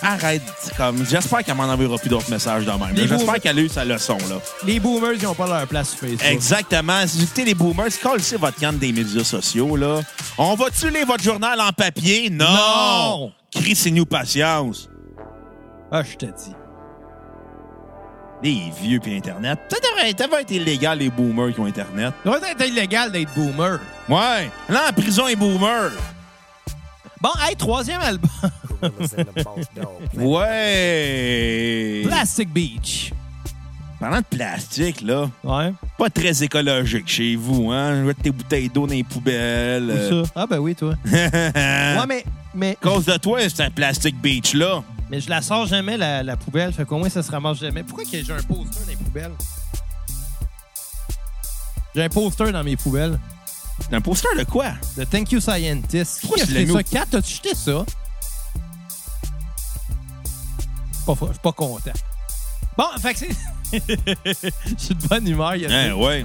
Arrête. C'est comme J'espère qu'elle m'en enverra plus d'autres messages de même.
Les
là. J'espère
boomers.
qu'elle a eu sa leçon. là.
Les boomers, ils ont pas leur place sur Facebook.
Exactement. Si vous écoutez les boomers, collez votre canne des médias sociaux. là. On va-tu lire votre journal en papier? Non!
Non!
Chris, c'est nous patience.
Ah, je te dis.
Les vieux puis Internet. Ça devrait, ça devrait être illégal, les boomers qui ont Internet.
Ça doit être illégal d'être boomer.
Ouais. Là, en prison, les boomers.
Bon, hey, troisième album.
Ouais!
Plastic Beach.
Parlant de plastique, là,
Ouais.
pas très écologique chez vous, hein? Je tes bouteilles d'eau dans les poubelles.
Où ça? Ah, ben oui, toi. Hein? ouais, mais, mais,
À cause de toi, c'est un plastic beach, là.
mais je la sors jamais, la, la poubelle. Fait qu'au moins, ça se ramasse jamais. Pourquoi que j'ai un poster dans les poubelles? J'ai un poster dans mes poubelles
T'as un poster de quoi?
de Thank You Scientist.
Pourquoi
Qui a
tu l'as
fait
mis
ça?
au-
Kat, as-tu jeté ça? C'est Pas, fa- je suis pas content. Bon, fait que c'est... Je suis de bonne humeur. Il y a
Hein, ouais.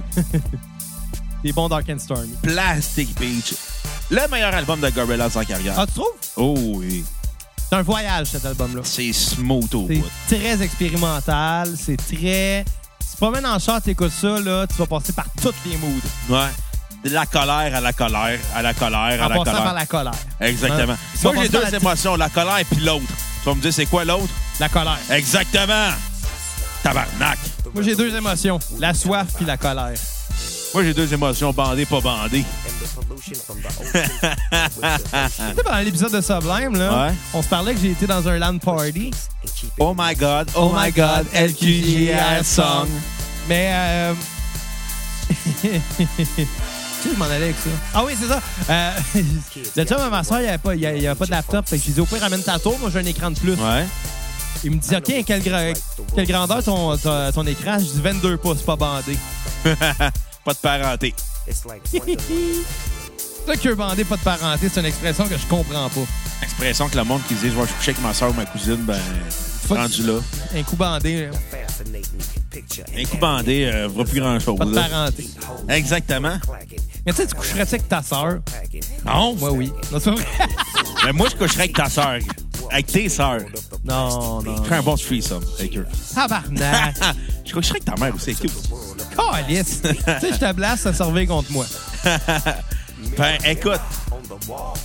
des bons Dark and Stormy.
plastic beach. Le meilleur album de Gorillaz en carrière.
Ah, tu trouves?
Oh oui.
C'est un voyage, cet album-là.
C'est smooth au bout.
C'est très expérimental, c'est très... Tu te promènes en char, t'écoutes ça, là, tu vas passer par tous les moods.
Ouais. De la colère à la colère, à la colère, à la
en passant
colère.
par la colère.
Exactement.
Hein? Ils
Moi,
sont
j'ai
passés
deux
à la-
émotions, la colère puis l'autre. Tu vas me dire, c'est quoi l'autre?
La colère.
Exactement. Tabarnak.
Moi, j'ai deux émotions. La soif puis la colère.
Moi, j'ai deux émotions, bandé, pas bandé.
Tu sais, pendant l'épisode de Sublime, là,
Ah. Ouais.
on se parlait que j'ai été dans un land party.
Oh my God, oh my God, LQJR song.
Mais... Euh... Tu sais, je m'en allais avec ça. Ah oui, c'est ça. Euh, le chum à ma soeur, il n'y avait, pas- il y avait- il y avait pas de laptop. Fait que j'ai dit, au pire, ramène ta tour. Moi, j'ai un écran de plus.
Ouais.
Il me dit, OK, quelle, gra- quelle grandeur ton, ton, ton écran? Je dis 22 pouces, pas bandé.
Pas de parenté.
Ça, que bandé, pas de parenté, c'est une expression que je comprends pas.
Expression que le monde qui dit, je vais coucher avec ma soeur ou ma cousine, ben,
Fuck.
rendu là.
Un coup bandé, là,
Un coup bandé, euh, vaut plus grand-chose.
pas de
là.
parenté.
Exactement.
Mais tu sais, tu coucherais-tu avec ta sœur?
Non?
Moi, oui. Non, c'est pas vrai.
Mais moi, je coucherais avec ta soeur. Avec tes soeurs.
non, non.
Je ferais un bon threesome avec eux. Ah.
Tabarnak.
je coucherais avec ta mère aussi, c'est cute.
Calice. tu sais, je te blasse, ça servait contre moi.
Ben, écoute,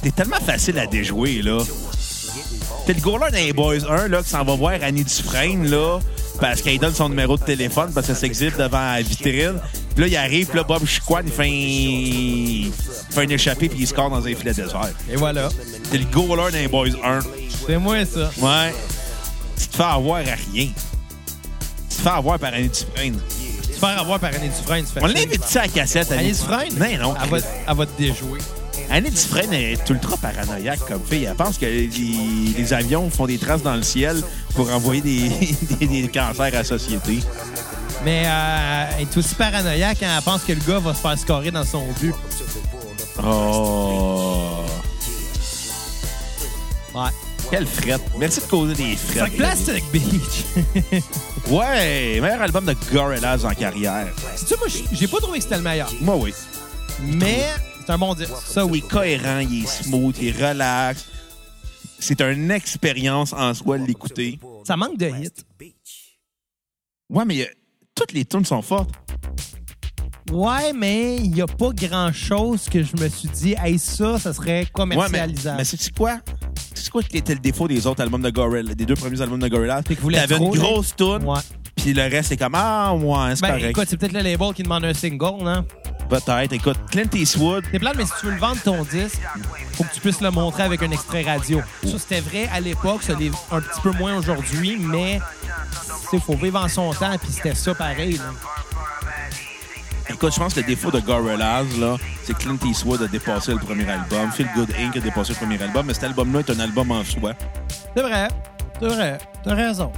t'es tellement facile à déjouer, là. T'es le goaler dans les Boys 1, là, qui s'en va voir Annie Dufresne, là, parce qu'elle donne son numéro de téléphone, parce qu'elle s'exhibe devant la vitrine. Puis là, il arrive, puis là, Bob Chiquan, il fait un... il fait un échappé, puis il score dans un filet désert.
Et voilà.
T'es le goaler dans les Boys 1.
C'est moi, ça.
Ouais. Tu te fais avoir à rien. Tu te fais avoir par Annie Dufresne.
Tu te fais avoir par Annie Dufresne. tu fais
On
chier.
l'invite-tu à la cassette,
Annie
Annie
Dufresne? Ah,
Non, non.
Elle va, elle va te déjouer.
Elle, Annie Dufresne est ultra paranoïaque comme fille. Elle pense que les, les avions font des traces dans le ciel pour envoyer des, des- des cancers à la société.
Mais euh, elle est aussi paranoïaque quand elle pense que le gars va se faire scorer dans son but.
Oh.
Ouais.
Quelle frette. Merci de causer des
Fait
frettes.
que Plastic Beach.
Ouais, meilleur album de Gorillaz en carrière.
Sais-tu, moi, j'ai- j'ai pas trouvé que c'était le meilleur.
Moi, oui.
Mais c'est un bon disque.
Ça, Ah oui, cohérent, il est smooth, il est relax. C'est une expérience en soi de l'écouter.
Ça manque de hits.
Ouais, mais euh, toutes les tunes sont fortes.
Ouais, mais il y a pas grand-chose que je me suis dit, hey, ça, ça serait
Ouais, mais,
commercialisable.
mais c'est quoi? C'est quoi qui était le défaut des autres albums de Gorillaz, des deux premiers albums de Gorillaz?
C'est que vous voulez
T'avais une
trop, là.
grosse tune,
Ouais.
puis le reste, c'est comme, ah, ouais, c'est
Ben,
correct.
écoute, c'est peut-être le label qui demande un single, hein. non?
Peut-être, écoute, Clint Eastwood,
C'est plate, mais si tu veux le vendre ton disque, faut que tu puisses le montrer avec un extrait radio. Ça, c'était vrai à l'époque, ça l'est un petit peu moins aujourd'hui, mais il faut vivre en son temps, puis c'était ça pareil. là.
écoute, je pense que le défaut de Gorillaz, là, c'est que Clint Eastwood a dépassé le premier album, Feel Good Inc. a dépassé le premier album, mais cet album-là est un album en soi.
C'est vrai, c'est vrai, t'as raison.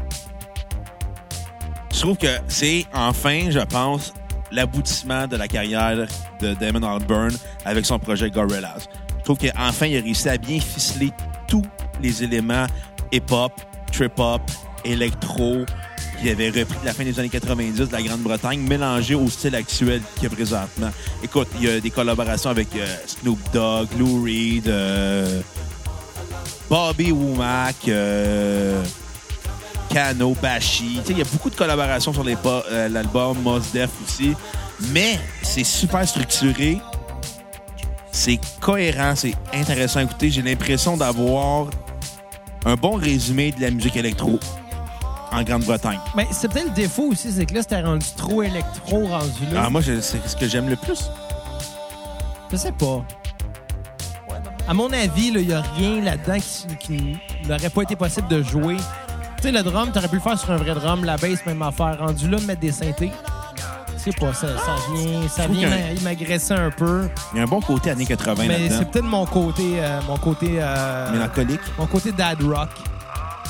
Je trouve que c'est enfin, je pense, l'aboutissement de la carrière de Damon Albarn avec son projet Gorillaz. Je trouve qu'enfin, il a réussi à bien ficeler tous les éléments hip-hop, trip-hop, électro qu'il avait repris de la fin des années 90 de la Grande-Bretagne, mélangé au style actuel qu'il y a présentement. Écoute, il y a des collaborations avec euh, Snoop Dogg, Lou Reed, euh, Bobby Womack, euh, Kano, Bashi. Tu sais, Il y a beaucoup de collaborations sur les po- euh, l'album, Mos Def aussi. Mais c'est super structuré. C'est cohérent, c'est intéressant à écouter. J'ai l'impression d'avoir un bon résumé de la musique électro en Grande-Bretagne.
Mais c'est peut-être le défaut aussi, c'est que là, c'était rendu trop électro, rendu là.
Ah, moi, je- c'est ce que j'aime le plus.
Je sais pas. À mon avis, il n'y a rien là-dedans qui, qui n'aurait pas été possible de jouer. Tu sais, le drum, t'aurais pu le faire sur un vrai drum, la bass, même affaire. Rendu là, de mettre des synthés. C'est pas ça. Ça vient, ça
trouve
vient
qu'il y a un-
m'a- m'agresser un peu.
Il y a un bon côté années 80
Mais c'est
là-dedans.
peut-être mon côté. euh, mon côté. euh,
Mélancolique.
mon côté dad rock.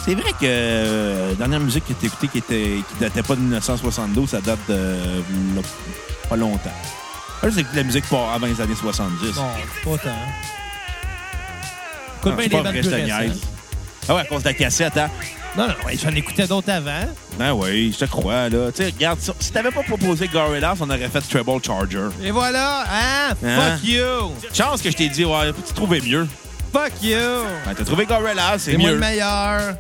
C'est vrai que euh, la dernière musique que tu écoutée qui était qui datait pas de 1972, ça date de euh, là, pas longtemps. Moi, j'écoute de la musique pas avant les années 70.
Non, pas tant.
Non,
Écoute bien
c'est
les
pas
bandes
vrai,
plus
je te niaise.
récentes.
Ah ouais, à cause de la cassette, hein?
Non, non, ouais, j'en écoutais d'autres avant.
Ben oui, je te crois, là. Tu sais, regarde, si- si t'avais pas proposé Gorillaz, on aurait fait Treble Charger.
Et voilà, hein?
Hein?
Fuck you!
Chance que je t'ai dit, ouais, tu trouvais mieux.
Fuck you!
Ben, t'as trouvé Gorillaz, c'est
C'est moi
mieux.
le meilleur.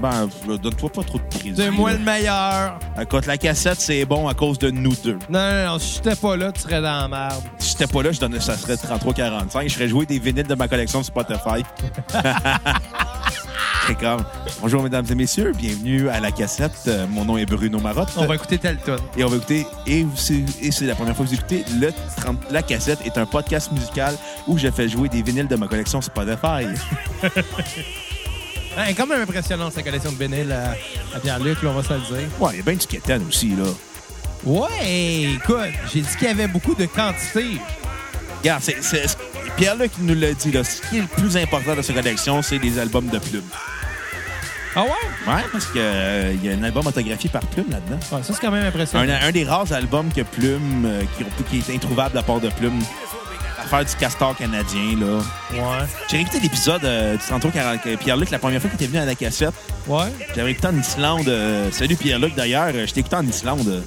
Ben, euh, donne-toi pas trop de crédit.
C'est moi
là.
le meilleur.
Écoute, la cassette, c'est bon à cause de nous deux.
Non, non, non, si j'étais pas là, tu serais dans la merde.
Si j'étais pas là, je donnais, ça serait 33-45. Je ferais jouer des vinyles de ma collection de Spotify. C'est comme, bonjour mesdames et messieurs, bienvenue à la cassette. Euh, Mon nom est Bruno Marotte.
On va écouter tel ton.
Et on va écouter, et, vous- c'est- et c'est la première fois que vous écoutez, le 30 la cassette est un podcast musical où je fais jouer des vinyles de ma collection Spotify.
Hein, quand même impressionnant sa collection de vinyles à, à Pierre-Luc, là, on va se le dire.
Ouais, il y a bien du Kétan aussi, là.
Ouais, écoute, j'ai dit qu'il y avait beaucoup de quantité.
Regarde, c'est, c'est- c'est- Pierre-Luc nous l'a dit, là. Ce qui est le plus important de cette collection, c'est les albums de plumes.
Ah ouais?
Ouais, parce qu'il y a un album autographié par plume là-dedans.
Ouais, ça, c'est quand même impressionnant.
Un, un des rares albums que Plume, euh, qui, ont- qui est introuvable à part de Plume, l'affaire du castor canadien, là.
Ouais.
J'ai écouté l'épisode euh, du 33 Pierre-Luc, la première fois qu'il était venu à la cassette.
Ouais.
J'avais écouté en Islande. euh, salut Pierre-Luc, d'ailleurs. euh, Je t'ai écouté en Islande.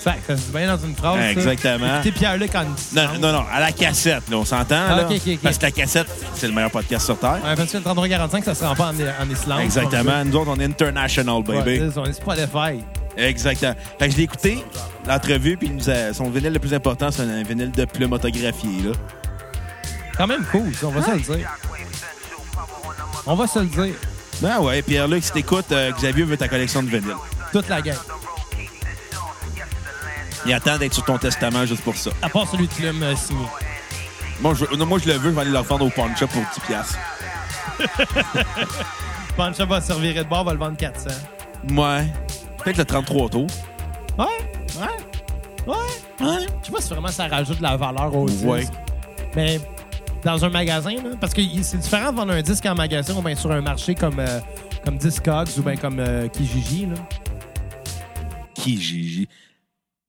Fait que ça se dit bien dans une phrase.
Ouais,
ça.
exactement.
Écoutez Pierre-Luc en
Non, non, non, à la cassette, là, on s'entend.
Ah,
là.
ok, ok, ok.
Parce que la cassette, c'est le meilleur podcast sur Terre.
Ouais, parce que le 3345, ça se rend pas en, en Islande.
Exactement. Nous autres, on est international,
Ouais,
baby.
c'est ça, on est pas des failles.
Exactement. Fait que je l'ai écouté, l'entrevue, puis il nous a- son vinyle le plus important, c'est un vinyle de plume autographié, là.
Quand même cool, ça, on va se le dire. On va se le dire.
Ben ouais, Pierre-Luc, si t'écoutes, euh, Xavier veut ta collection de vinyles.
Toute la gang.
Il attend d'être sur ton testament juste pour ça.
À part celui de Clum euh, signé.
Moi, je, veux- non, moi, je le veux, je vais aller le vendre au pawn shop pour 10 piastres.
Pancha va servir de bord, va le vendre 400.
Ouais. Peut-être le 33 tours. Hein?
Ouais, ouais, ouais.
Ouais.
Je sais pas si vraiment ça rajoute de la valeur au disque.
Ouais.
Mais dans un magasin. là, parce que y- c'est différent de vendre un disque en magasin ou bien sur un marché comme, euh, comme Discogs ou bien comme euh, Kijiji. là.
Kijiji.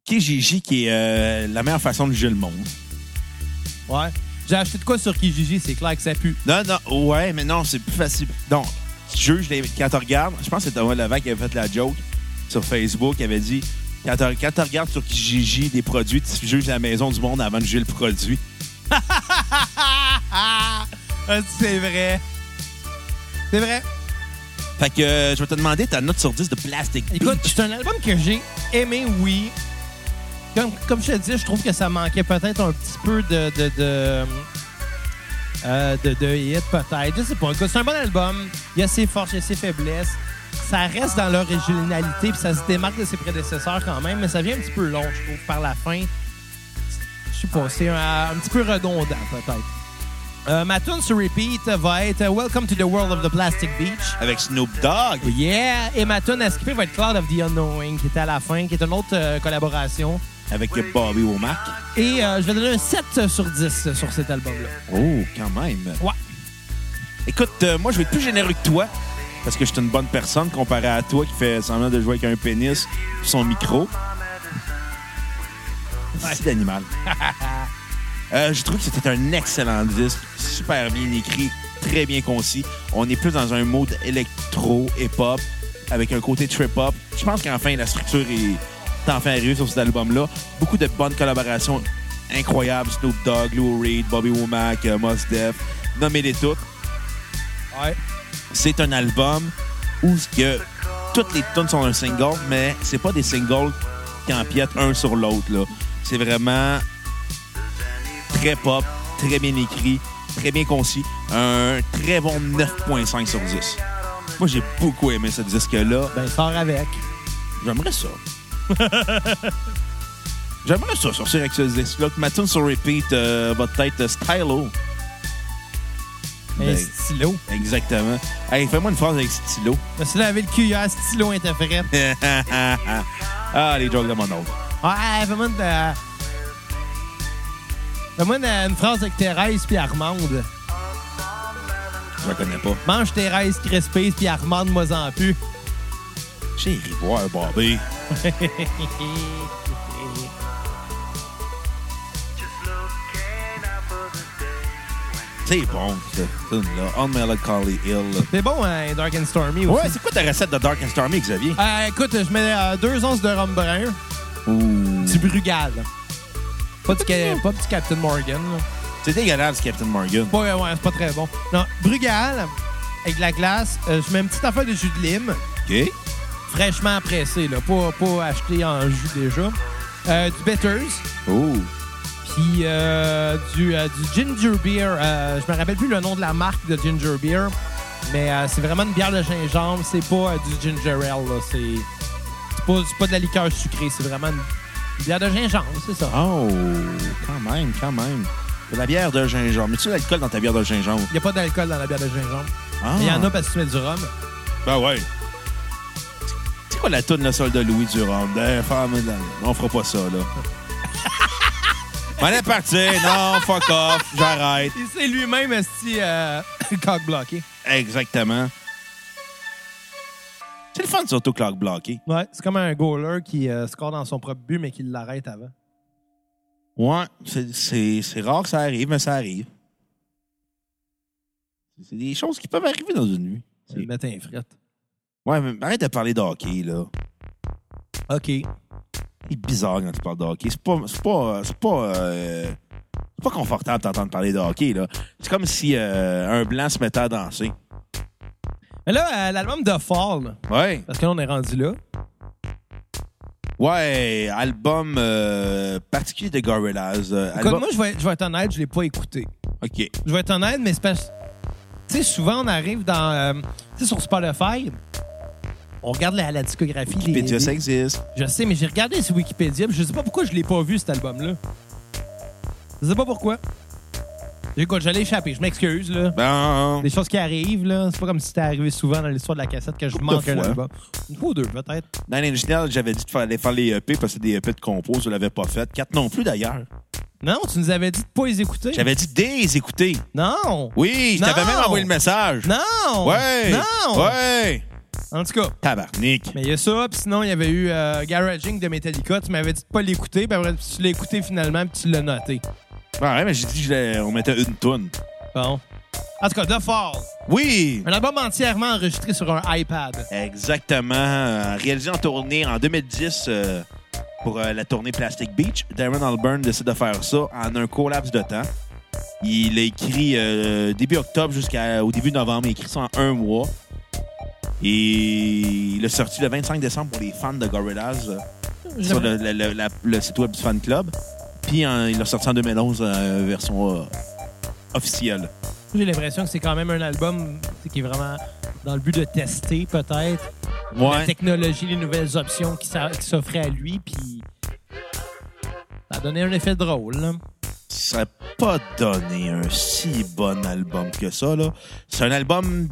Kijiji, qui est euh, la meilleure façon de juger le monde.
Ouais. J'ai acheté de quoi sur Kijiji, c'est clair que ça pue.
Non, non, ouais, mais non, c'est plus facile. Donc, tu juges les- quand tu regardes, je pense que c'est Thomas Levac qui avait fait la joke sur Facebook, qui avait dit quand tu quand tu regardes sur Kijiji des produits, tu juges la maison du monde avant de juger le produit.
Ah, c'est vrai. C'est vrai.
Fait que euh, je vais te demander ta note sur 10 de Plastic
Écoute,
Beach.
c'est un album que j'ai aimé, oui. Comme, comme je te dis, je trouve que ça manquait peut-être un petit peu de de, de, euh, de, de hit, peut-être. Je sais pas. Écoute, C'est un bon album. Il y a ses forces, il y a ses faiblessses. Ça reste dans l'originalité, puis ça se démarque de ses prédécesseurs quand même, mais ça vient un petit peu long, je trouve, par la fin. Je sais pas, c'est un, un petit peu redondant, peut-être. Euh, ma tune sur repeat va être Welcome to the World of the Plastic Beach.
Avec Snoop Dogg.
Yeah! Et ma tune à skipper va être Cloud of the Unknowing, qui était à la fin, qui est une autre euh, collaboration.
Avec Bobby Womack.
Et euh, je vais donner un 7 sur 10 sur cet album-là.
Oh, quand même.
Ouais.
Écoute, euh, moi, je vais être plus généreux que toi, parce que je suis une bonne personne comparé à toi qui fait semblant de jouer avec un pénis et son micro. C'est d'animal. Euh, je trouve que c'était un excellent disque, super bien écrit, très bien concis. On est plus dans un mode électro, hip-hop, avec un côté trip-hop. Je pense qu'enfin, la structure est enfin arrivée sur cet album-là. Beaucoup de bonnes collaborations incroyables. Snoop Dogg, Lou Reed, Bobby Womack, euh, Mos Def, nommez-les toutes
Ouais.
c'est un album où ce que toutes les tunes sont un single, mais c'est pas des singles qui empiètent un sur l'autre. là. C'est vraiment très pop, très bien écrit, très bien concis. Un très bon 9.5 sur 10. Moi, j'ai beaucoup aimé ce disque-là.
Ben, sors avec.
J'aimerais ça. J'aimerais ça sortir avec ce disque-là. Ma tune sur repeat euh, va peut-être euh, Stylo.
Un
Ben.
stylo.
Exactement. Hey, fais-moi une phrase avec Stylo.
Je me suis lavé le cul hier, stylo était frais.
ah, les jokes de mon oncle.
Ouais, fais-moi une, euh, fais-moi une, euh, une phrase avec Thérèse puis Armande.
Je la connais pas.
Mange Thérèse Crispis puis Armande, moi en pu.
J'ai ri voir Bobby. C'est bon, cette tune-là. On Melancholy Hill. là.
C'est bon, hein, Dark and Stormy aussi.
Ouais, c'est quoi ta recette de Dark and Stormy, Xavier?
Euh, écoute, je mets euh, deux onces de rhum brun.
Ouh.
Du Brugal. Pas du, ca- pas du Captain Morgan. là.
C'est dégueulasse, Captain Morgan.
Pas- Ouais, ouais, c'est pas très bon. Non, Brugal, avec de la glace, euh, je mets une petite affaire de jus de lime,
OK.
fraîchement pressé, là, pas, pas acheté en jus déjà. Euh, du Bitters,
Oh.
puis euh, du, euh, du Ginger Beer. Euh, je me rappelle plus le nom de la marque de Ginger Beer, mais euh, c'est vraiment une bière de gingembre. C'est pas euh, du Ginger Ale, là. C'est c'est pas, c'est pas de la liqueur sucrée, c'est vraiment une, une bière de gingembre, c'est ça.
Oh. Quand même, quand même. De la bière de gingembre. Mets-tu de l'alcool dans ta bière de gingembre?
Il n'y a pas d'alcool dans la bière de gingembre.
Ah.
Mais il y en a parce que tu mets du rhum.
Ben ouais. C'est quoi la toune, le sol de Louis Durand? Ben, femme, de la- on fera pas ça, là. On est parti. Non, fuck off. J'arrête.
Il s'est lui-même esti euh, cock bloqué.
Exactement. C'est le fun, surtout, Clock Blocky.
Ouais, c'est comme un goaler qui euh, score dans son propre but mais qui l'arrête avant.
Ouais, c'est- c'est c'est rare que ça arrive, mais ça arrive. C'est des choses qui peuvent arriver dans une nuit.
C'est le mettre un fret.
Ouais, mais arrête de parler de hockey, là.
OK.
C'est bizarre quand tu parles de hockey. C'est pas. C'est pas. C'est pas. euh, c'est pas confortable d'entendre parler de hockey, là. C'est comme si euh, un blanc se mettait à danser.
Mais là, euh, l'album de Fall, là,
Ouais.
parce que là, on est rendu là.
Ouais, album euh, particulier de Gorillaz. euh,
Écoute,
album-
moi, je vais, être- je vais être honnête, je l'ai pas écouté.
OK.
Je vais être honnête, mais c'est parce... Tu sais, souvent, on arrive dans... euh, tu sais, sur Spotify, on regarde la, la discographie. des-
Puis
des-
ça existe.
Je sais, mais j'ai regardé sur Wikipédia, puis je sais pas pourquoi je l'ai pas vu, cet album-là. Je sais pas pourquoi. Écoute, je l'ai échappé, je m'excuse, là.
Bon.
Des choses qui arrivent, là. C'est pas comme si c'était arrivé souvent dans l'histoire de la cassette que je
Couple de
manque un
fois.
album. Une fois ou deux, peut-être.
E Dans l'original, j'avais dit de faire, aller faire les EP parce que c'est des EP de compos, je l'avais pas fait. Quatre non plus, d'ailleurs.
Non, tu nous avais dit de pas les écouter.
J'avais dit des écouter.
Non!
Oui, je t'avais
Non.
même envoyé le message.
Non!
Ouais!
Non!
Ouais!
En tout cas,
Tabarnak.
mais il y a ça, puis sinon, il y avait eu euh, Garaging de Metallica. Tu m'avais dit de pas l'écouter, puis après, tu l'as écouté finalement, puis tu l'as noté.
Ah ouais, mais j'ai dit qu'on mettait une toune.
Bon. En tout cas, The Fall.
Oui!
Un album entièrement enregistré sur un iPad.
Exactement. Euh, Réalisé en tournée en 2010 euh, pour euh, la tournée Plastic Beach, Darren Alburn décide de faire ça en un court laps de temps. Il a écrit euh, début octobre jusqu'au début novembre. Il a écrit ça en un mois. Et il l'a sorti le 25 décembre pour les fans de Gorillaz euh, sur le, le- le- la- le site web du fan club. Puis en- il l'a sorti en 2011, euh, version euh, officielle.
J'ai l'impression que c'est quand même un album tu sais, qui est vraiment dans le but de tester, peut-être, la
Ouais.
technologie, les nouvelles options qui s'a- qui s'offraient à lui, puis ça a donné un effet drôle. là.
ça n'a pas donné un si bon album que ça. là. C'est un album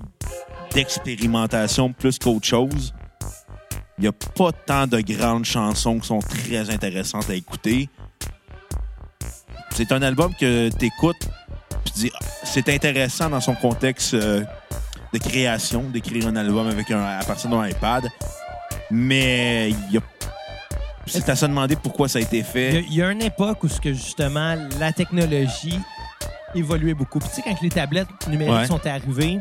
d'expérimentation plus qu'autre chose. Il n'y a pas tant de grandes chansons qui sont très intéressantes à écouter. C'est un album que tu écoutes tu dis Ah, c'est intéressant dans son contexte euh, de création d'écrire un album avec un, à partir d'un iPad, mais il y a- c'est à se demander pourquoi ça a été fait.
Il y a- il y, a une époque où, ce que justement, la technologie évoluait beaucoup. Puis, tu sais, quand les tablettes numériques
Ouais.
sont arrivées,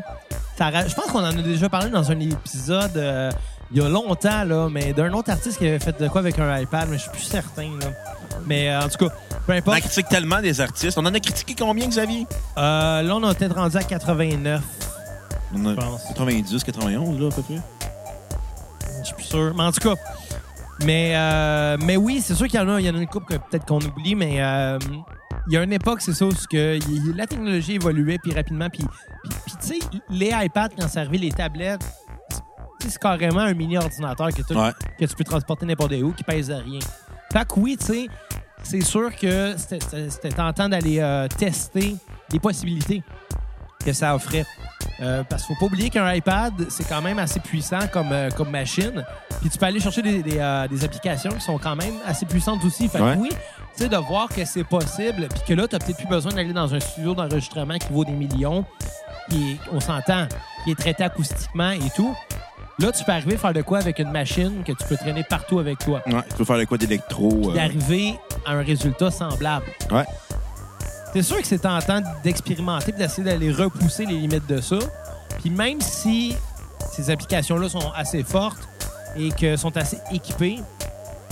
ça ra- je pense qu'on en a déjà parlé dans un épisode euh, il y a longtemps, là, mais d'un autre artiste qui avait fait de quoi avec un iPad, mais je suis plus certain. là. Mais euh, en tout cas,
On
peu
en
importe.
critique tellement des artistes. On en a critiqué combien, Xavier?
Euh, là, on a peut-être rendu à 89,
On a
je pense.
90, 91, là, à peu près.
Je suis plus sûr. Mais en tout cas. Mais, euh, mais oui, c'est sûr qu'il y en a, il y en a une couple que peut-être qu'on oublie, mais euh, il y a une époque, c'est ça, où ce que il- la technologie évoluait puis rapidement. Puis, puis, puis, tu sais, les iPads, quand ça arrivait, les tablettes, tu sais, c'est carrément un mini-ordinateur que, t'as-
Ouais.
que tu peux transporter n'importe où, qui pèse de rien. Fait que oui, tu sais, c'est sûr que c'était- c'était c'était tentant d'aller euh, tester les possibilités que ça offrait. Euh, parce qu'il faut pas oublier qu'un iPad, c'est quand même assez puissant comme, euh, comme machine. Puis tu peux aller chercher des, des, euh, des applications qui sont quand même assez puissantes aussi. Fait que
Ouais.
oui, tu sais, de voir que c'est possible, puis que là, tu n'as peut-être plus besoin d'aller dans un studio d'enregistrement qui vaut des millions, qui est- on s'entend, qui est traité acoustiquement et tout. Là, tu peux arriver à faire de quoi avec une machine que tu peux traîner partout avec toi.
Ouais, tu peux faire de quoi d'électro. euh,
D'arriver à un résultat semblable.
Ouais.
C'est sûr que c'est tentant d'expérimenter et d'essayer d'aller repousser les limites de ça. Puis même si ces applications-là sont assez fortes et que sont assez équipées,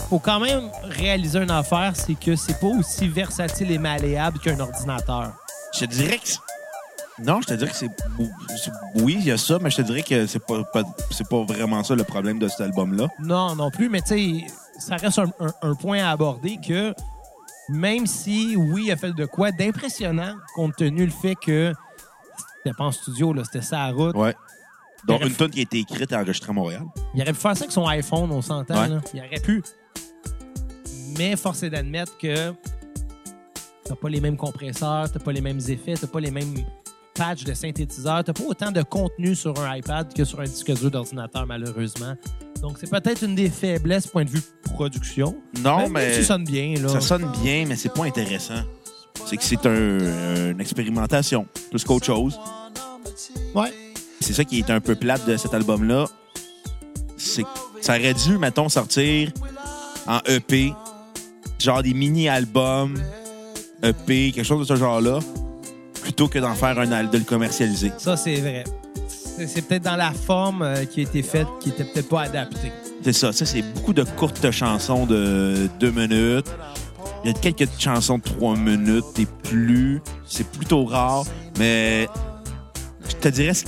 faut quand même réaliser une affaire, c'est que c'est pas aussi versatile et malléable qu'un ordinateur.
Je te dirais que. c'est- Non, je te dirais que c'est. bou- c'est- Oui, il y a ça, mais je te dirais que c'est pas, pas- c'est pas vraiment ça le problème de cet album-là.
Non, non plus, mais tu sais, ça reste un, un- un point à aborder que même si, oui, il a fait de quoi d'impressionnant, compte tenu le fait que c'était pas en studio, là, c'était ça à route,
Ouais. Donc,
Bref.
une tonne qui a été écrite et enregistrée à Montréal.
Il aurait pu faire ça avec son iPhone, on s'entend.
Ouais.
là. Il aurait pu. Mais force est d'admettre que t'as pas les mêmes compresseurs, t'as pas les mêmes effets, t'as pas les mêmes patchs de synthétiseurs, t'as pas autant de contenu sur un iPad que sur un disque dur d'ordinateur, malheureusement. Donc, c'est peut-être une des faiblesses point de vue production.
Non,
Même si
Ben, mais.
Ça sonne bien, là.
Ça sonne bien, mais c'est pas intéressant. C'est que c'est un- une expérimentation, plus qu'autre chose.
Ouais.
C'est ça qui est un peu plate de cet album-là. C'est que ça aurait dû, mettons, sortir en EP, genre des mini-albums, EP, quelque chose de ce genre-là, plutôt que d'en faire un al- de le commercialiser.
Ça, c'est vrai. C'est c'est peut-être dans la forme euh, qui a été faite qui était peut-être pas adaptée.
C'est ça, ça c'est beaucoup de courtes chansons de deux minutes. Il y a quelques chansons de trois minutes et plus. C'est plutôt rare, mais je te dirais ce-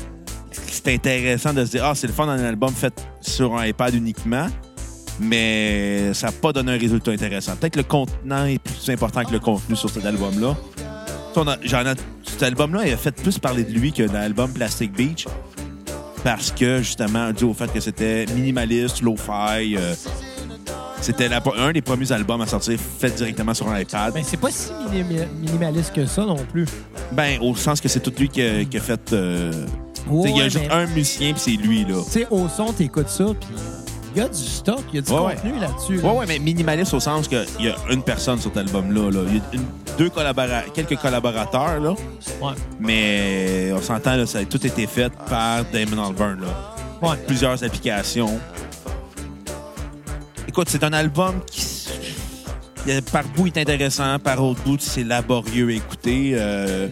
c'est intéressant de se dire ah c'est le fun d'un album fait sur un iPad uniquement, mais ça n'a pas donné un résultat intéressant. Peut-être que le contenant est plus important que le contenu sur cet album là. cet album-là, il a fait plus parler de lui que de l'album Plastic Beach parce que justement dû au fait que c'était minimaliste, low-fi. euh, c'était la- un des premiers albums à sortir fait directement sur un iPad.
Mais Ben, c'est pas si minimi- minimaliste que ça non plus.
Ben, au sens que c'est tout lui qui a, qui a fait. euh, t'sais, il y a
Ouais,
juste
mais-
un musicien, puis c'est lui, là.
Tu sais, au son, t'écoutes ça, puis il y a du stock, il y a du
Ouais,
contenu là-dessus. là.
Ouais, ouais, mais minimaliste au sens qu'il y a une personne sur cet album-là. Là. Il y a une- deux collabora quelques collaborateurs, là.
Ouais.
Mais on s'entend, là, ça a tout été fait par Damon Albarn, là.
Ouais.
Plusieurs applications. Écoute, c'est un album qui... s- il y a- Par bout, il est intéressant. Par autre bout, c'est laborieux à écouter. Euh,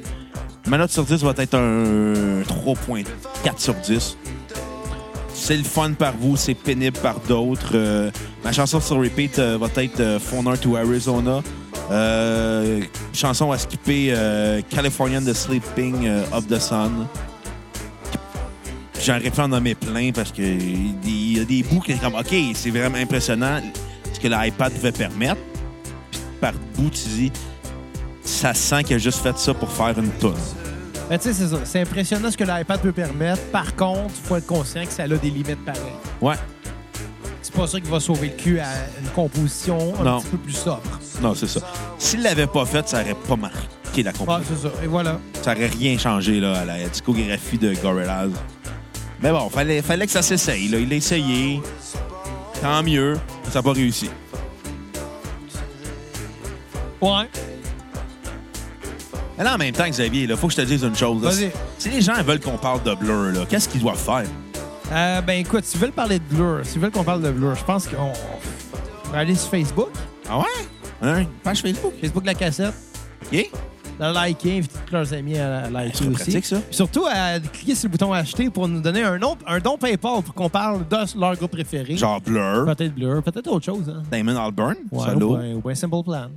ma note sur 10 va être un 3.4 sur 10. C'est le fun par vous, c'est pénible par d'autres. Euh, ma chanson sur repeat euh, va être euh, Foner to Arizona. Euh, chanson à skipper euh, Californian The Sleeping euh, of the Sun. J'en pu en nommer plein parce que il y a des bouts qui sont comme OK, c'est vraiment impressionnant ce que l'iPad pouvait permettre. Puis par bout, tu dis ça sent qu'il a juste fait ça pour faire une tonne.
Ben, tu sais, c'est ça. C'est impressionnant ce que l'iPad peut permettre. Par contre, il faut être conscient que ça a des limites pareilles.
Ouais,
C'est pas ça qui va sauver le cul à une composition un
Non.
petit peu plus sobre.
non, c'est ça. S'il l'avait pas fait, ça aurait pas marqué la
Ah,
compagnie.
c'est ça. Et voilà.
Ça aurait rien changé là, à la discographie de Gorillaz. Mais bon, fallait, fallait que ça s'essaye. là. Il l'a essayé. Tant mieux. Ça n'a pas réussi.
Ouais.
Mais là, en même temps, Xavier, il faut que je te dise une chose. là.
Vas-y.
Si les gens veulent qu'on parle de Blur, là, qu'est-ce qu'ils doivent faire?
Euh, ben écoute, si vous voulez parler de Blur, si vous voulez qu'on parle de Blur, je pense qu'on on va aller sur Facebook,
Ah ouais? Hein? Page Facebook.
Facebook de la cassette,
OK?
de liker, inviter tous leurs amis à la- à liker
c'est
aussi.
pratique, ça.
Puis surtout à cliquer sur le bouton acheter pour nous donner un, nom, un don PayPal pour qu'on parle de leur groupe préféré.
Genre Blur,
Peut-être Blur, peut-être autre chose. Hein.
Damon Albarn,
Ouais,
solo.
ou bien- ou bien Simple Plan.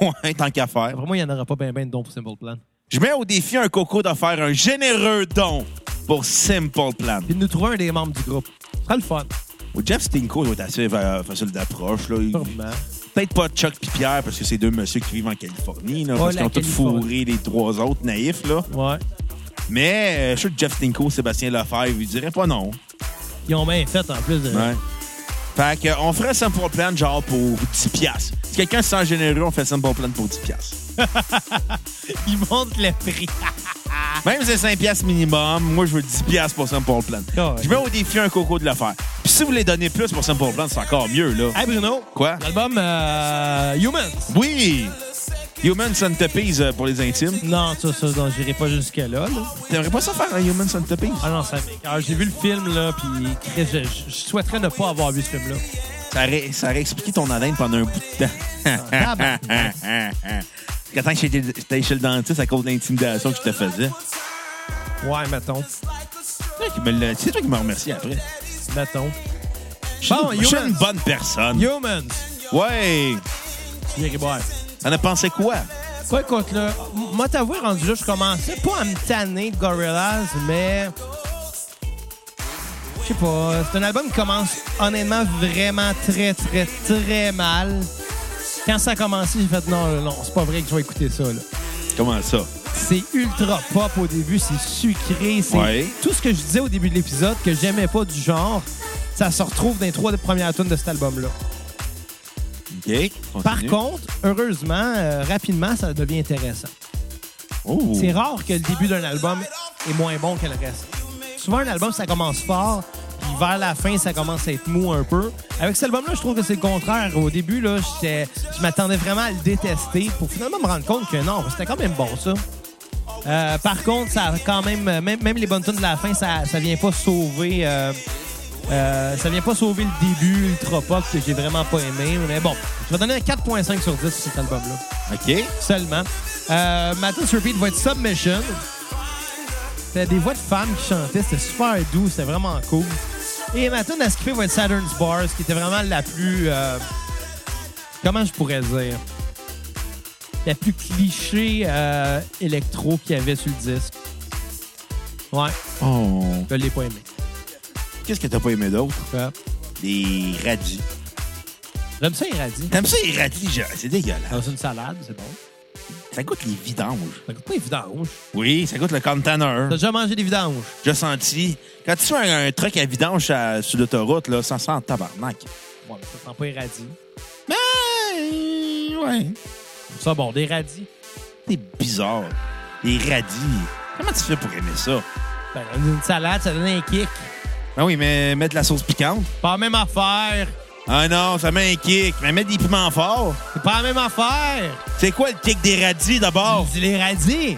Ouais, tant qu'à faire.
Après moi, il n'y en aura pas bien ben de dons pour Simple Plan.
Je mets au défi un coco de faire un généreux don pour Simple Plan.
Puis de nous trouver un des membres du groupe. Ce sera le fun.
Oh, Jeff Stinko doit être assez euh, facile d'approche. là. Il-
Sûrement.
Peut-être pas Chuck et Pierre, parce que c'est deux messieurs qui vivent en Californie, là,
Oh,
parce
la
qu'ils ont tous
Californie.
fourré les trois autres naïfs. là.
Ouais.
Mais euh, je suis sûr que Jeff Stinko, Sébastien Lefebvre, ils diraient pas non.
Ils ont bien fait en plus de.
Ouais. Fait que, euh, on ferait Simple Plan genre pour 10$. piastres. Si quelqu'un se sent généreux, on fait Simple Plan pour 10$. piastres.
Ils montent le prix.
Même si c'est 5 piastres minimum, moi je veux 10 piastres pour Simple Plan.
Ah ouais.
Je mets au défi un coco de le faire. Puis si vous voulez donner plus pour Simple Plan, c'est encore mieux, là.
Hey Bruno.
Quoi?
L'album euh, Humans.
Oui! Human Centipede euh, pour les intimes.
Non, ça, ça, non, j'irai pas jusque-là. là.
T'aimerais pas ça faire un Human Centipede?
Ah non, ça m'écoeure. J'ai vu le film, là, puis Chris, je, je- je souhaiterais ne pas avoir vu ce film-là.
Ça aurait, ça aurait expliqué ton haleine pendant un bout de
tabarnak.
temps. Jusqu'à temps que j'étais j'étais chez le dentiste à cause de l'intimidation que je te faisais.
Ouais, mettons.
C'est toi qui me l'a- C'est toi qui m'as remercié après.
Mettons.
Je
Bon,
suis- je suis
Human.
une bonne personne.
Humans.
Ouais!
Jerry Boy.
T'en as pensé quoi?
Quoi écoute, là, m- moi, t'avouer, rendu là, je commençais pas à me tanner de Gorillaz, mais... Je sais pas. C'est un album qui commence, honnêtement, vraiment très, très, très mal. Quand ça a commencé, j'ai fait « Non, là, non, c'est pas vrai que je vais écouter ça, là. »
Comment ça?
C'est ultra pop au début, c'est sucré, c'est
Ouais.
tout ce que je disais au début de l'épisode que j'aimais pas du genre. Ça se retrouve dans les trois premières tunes de cet album-là.
OK. continue.
Par contre, heureusement, euh, rapidement, ça devient intéressant.
Oh.
C'est rare que le début d'un album est moins bon que le reste. Souvent, un album, ça commence fort, puis vers la fin, ça commence à être mou un peu. Avec cet album-là, je trouve que c'est le contraire. Au début, là, j'étais- je m'attendais vraiment à le détester pour finalement me rendre compte que non, c'était quand même bon, ça. Euh, par contre, ça a quand même, même, même les bonnes tunes de la fin, ça, ça vient pas sauver, euh, euh, ça vient pas sauver le début ultra pop que j'ai vraiment pas aimé. Mais bon, je vais donner un 4.5 sur 10 sur cet album-là
OK.
seulement. Euh, ma tune sur repeat va être Submission. C'était des voix de femmes qui chantaient, c'était super doux, c'était vraiment cool. Et ma tune à skipper va être Saturn's Bars, qui était vraiment la plus... euh, comment je pourrais dire? La plus cliché euh, électro qu'il y avait sur le disque. Ouais,
Oh.
je l'ai pas aimé.
Qu'est-ce que t'as pas aimé d'autre?
Euh,
Les radis.
J'aime ça, les radis.
T'aimes ça, les radis? je- C'est dégueulasse.
Dans une salade, c'est bon.
Ça goûte les vidanges.
Ça coûte pas les vidanges.
Oui, ça goûte le
T'as
container.
déjà mangé des vidanges?
J'ai senti. Quand tu fais un, un truc à vidange à- sur l'autoroute, là, ça sent le tabarnak.
Ouais, mais ça sent pas les radis.
Mais, euh, ouais.
Ça, bon, des radis.
C'est bizarre. Les radis. Comment tu fais pour aimer ça? Ben
Ben, une salade, ça donne un kick.
Ah oui, mais mettre de la sauce piquante.
Pas la même affaire.
Ah non, ça met un kick. Mais mets des piments forts.
C'est pas la même affaire.
C'est quoi le kick des radis d'abord?
Tu les radis.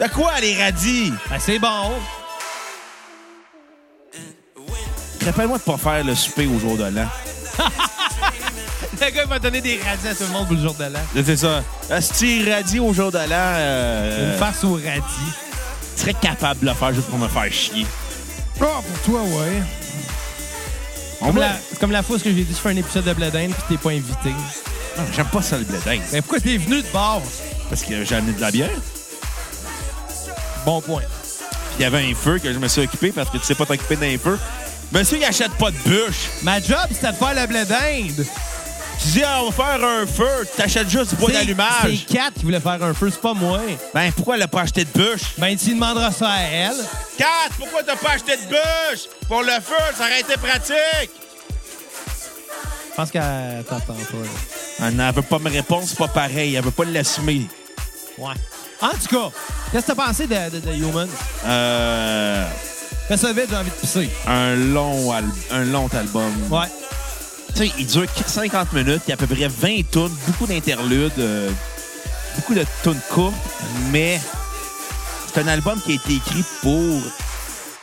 De quoi les radis?
Ben, c'est bon.
Rappelle-moi de pas faire le souper au jour de l'an.
Le gars, il va donner des radis à tout le monde pour le jour de l'an.
Là, C'est ça. Asti radis au jour de l'an,
Une
euh,
face aux radis.
je serais capable de le faire juste pour me faire chier.
Ah, pour toi, ouais.
On me
Comme
la-
la- C'est comme la fois où j'ai dit, je fais un épisode de Bledin puis t'es pas invité.
Non, Ah, J'aime pas ça le blé d'Inde.
Mais pourquoi t'es venu de bord?
Parce que j'ai amené de la bière.
Bon point.
Il y avait un feu que je me suis occupé parce que tu sais pas t'occuper d'un feu. Monsieur, il achète pas de bûche.
Ma job, c'était de faire le blé d'Inde.
Tu dis, ah, on va faire un feu. T'achètes juste du bois
C'est-
d'allumage.
C'est Kat qui voulait faire un feu, c'est pas moi.
Ben, pourquoi elle a pas acheté de bûche?
Ben, tu demanderas ça à elle.
4, pourquoi t'as pas acheté de bûche? Pour le feu, ça aurait été pratique.
Je pense qu'elle t'entend pas. là.
Ah non, elle veut pas me répondre, c'est pas pareil. Elle veut pas l'assumer.
Ouais. En tout cas, qu'est-ce que t'as pensé de, de, de Human?
Euh,
Fais ça vite, j'ai envie de pisser.
un long, al- un long album.
Ouais.
Tu sais, il dure 50 minutes, il y a à peu près 20 tunes, beaucoup d'interludes, euh, beaucoup de tunes courtes, mais c'est un album qui a été écrit pour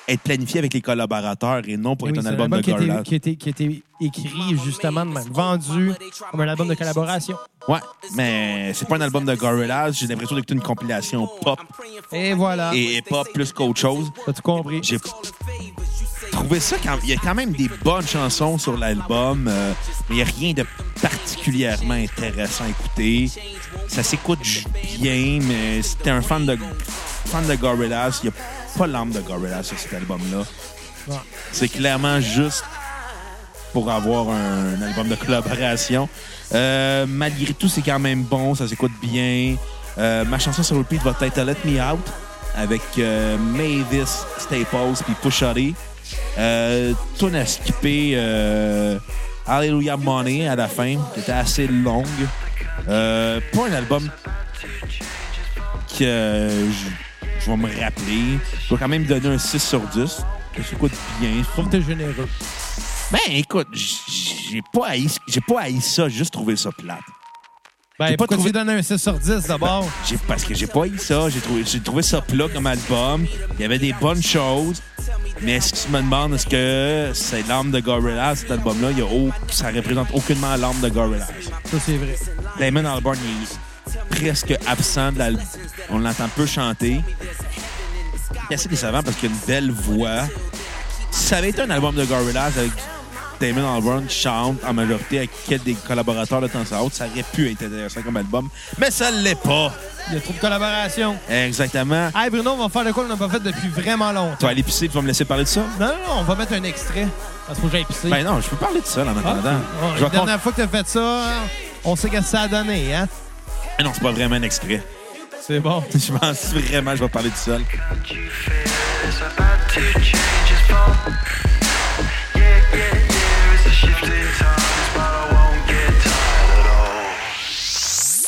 être planifié avec les collaborateurs et non pour
Oui,
être un
c'est
album,
qui
de
a, été,
Garland.
qui, a été, qui a été écrit justement de même, vendu comme un album de collaboration.
Ouais, mais c'est pas un album de Gorillaz. J'ai l'impression d'écouter une compilation pop
Et voilà.
et hip-hop plus qu'autre chose.
T'as tout compris.
J'ai trouvé ça quand il y a quand même des bonnes chansons sur l'album, euh, mais il n'y a rien de particulièrement intéressant à écouter. Ça s'écoute ju- bien, mais si t'es un fan de fan de Gorillaz, il n'y a pas l'âme de Gorillaz sur cet album-là.
Ouais.
C'est clairement juste pour avoir un, un album de collaboration. Euh, malgré tout, c'est quand même bon, ça s'écoute bien. Euh, ma chanson sur repeat va être Let Me Out avec euh, Mavis, Staples puis Pushari. Euh, Tune à skipper euh, Hallelujah Money à la fin, qui était assez longue. Euh, pas un album que euh, je, je vais me rappeler. Je vais quand même donner un 6 sur 10. Ça s'écoute bien. Je trouve
Pour que t'es généreux.
ben, écoute, j- j'ai pas haï, j'ai pas haï ça, j'ai juste trouvé ça plate.
Ben,
J'ai pas
pourquoi
trouvé-
tu lui donnes un 6 sur 10 d'abord?
J'ai- parce que j'ai pas haï ça, j'ai trouvé, j'ai trouvé ça plat comme album. Il y avait des bonnes choses, mais est-ce que tu me demandes, est-ce que c'est l'âme de Gorillaz, cet album-là? Il y a au- ça représente aucunement l'âme de Gorillaz.
Ça, c'est vrai.
Damon Albarn, il est presque absent de l'album. On l'entend peu chanter. C'est assez décevant parce qu'il a une belle voix. Si ça avait été un album de Gorillaz avec Damon Albarn qui chante en majorité avec quelques des collaborateurs de temps à autre, ça aurait pu être intéressant comme album. Mais ça l'est pas.
Il y a trop de collaboration.
Exactement.
Hey, Bruno, on va faire de quoi qu'on n'a pas fait depuis vraiment
Tu
longtemps.
vas aller pisser, tu vas me laisser parler de ça?
Non, non, non, on va mettre un extrait. Parce que j'ai pisser.
Ben non, je peux parler de ça là, en
Ah,
attendant. Je
ouais, la
vais con-
dernière fois que t'as fait ça, on sait qu'est-ce que ça a donné, hein?
Ah non, c'est pas vraiment un extrait.
C'est bon.
Je pense vraiment que je vais parler de ça.
you feel is about to change its form. Yeah, yeah, yeah, it's a shift in times, but I won't get tired at all.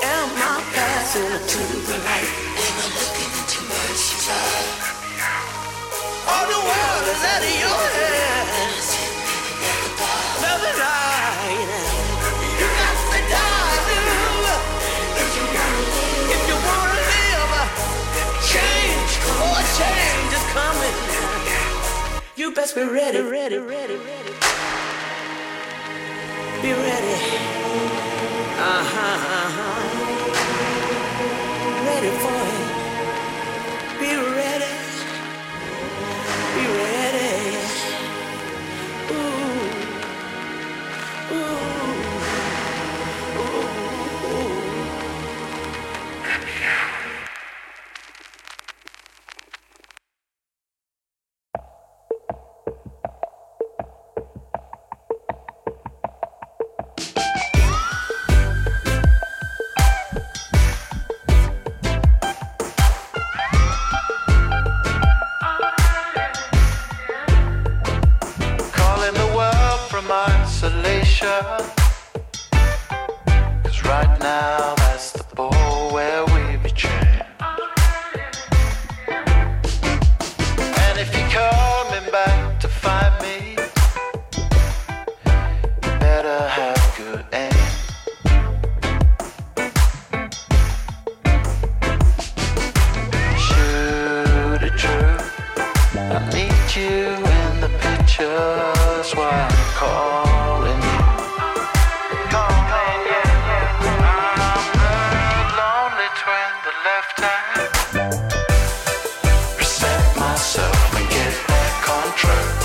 Am I passing into the light? Am I looking into much time? All the world is out of your hands. Another night. You got to die, dude. If you wanna live, change or change is coming. You best be ready, ready, ready, ready. Be ready. Uh-huh, uh-huh ready for it. Be ready. Be ready. Ooh. Ooh.
Calling the world from isolation. Cause right now that's the ball where we be trained. And if you're coming back to find me, you better just why I'm calling you. Complain, yeah, yeah. I'm the lonely twin that left out. Reset myself and get back on track.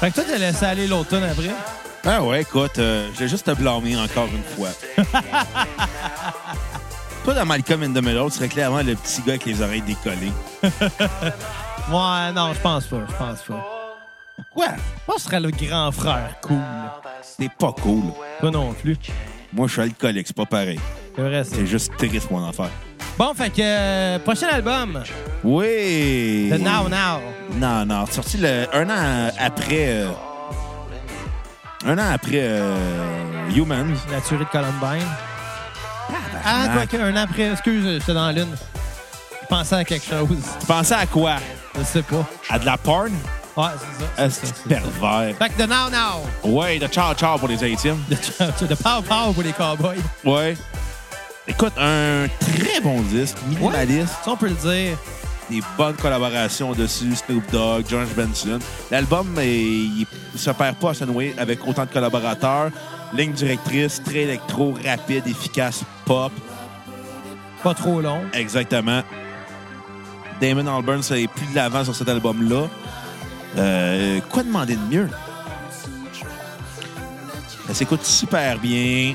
Fait que toi, t'as laissé aller l'automne après.
Ah ouais, écoute, euh, je vais juste te blâmer encore une fois. Toi, dans Malcolm and the Middle, tu serais clairement le petit gars avec les oreilles décollées.
Ouais, non, je pense pas, je pense pas.
Quoi?
Moi, je serais le grand frère cool.
T'es pas cool.
Toi non plus.
Moi, je suis alcoolique, c'est pas pareil.
C'est vrai, ça.
C'est juste triste, mon affaire.
Bon, fait que euh, prochain album,
Oui!
The Now Now.
Non, non. Sorti le, un an après. euh, un an après euh, Humans.
La tuerie de Columbine. Ah, quoi que, un an après, excuse, j'étais dans la lune. Je pensais à quelque chose.
Tu pensais à quoi?
Je sais pas.
À de la porn?
Ouais, c'est ça.
Un
c'est ça,
petit
c'est ça.
pervers.
Fait que de Now Now.
Ouais, de ciao ciao pour les intimes.
De, de Pow Pow pour les cowboys.
Ouais. Écoute, un très bon disque, minimaliste,
Ça, on peut le dire.
des bonnes collaborations dessus, Snoop Dogg, George Benson. L'album, eh, il se perd pas à s'ennuyer avec autant de collaborateurs. Ligne directrice, très électro, rapide, efficace, pop.
Pas trop long.
Exactement. Damon Albarn, c'est plus de l'avant sur cet album-là. Euh, quoi demander de mieux? Ça s'écoute super bien.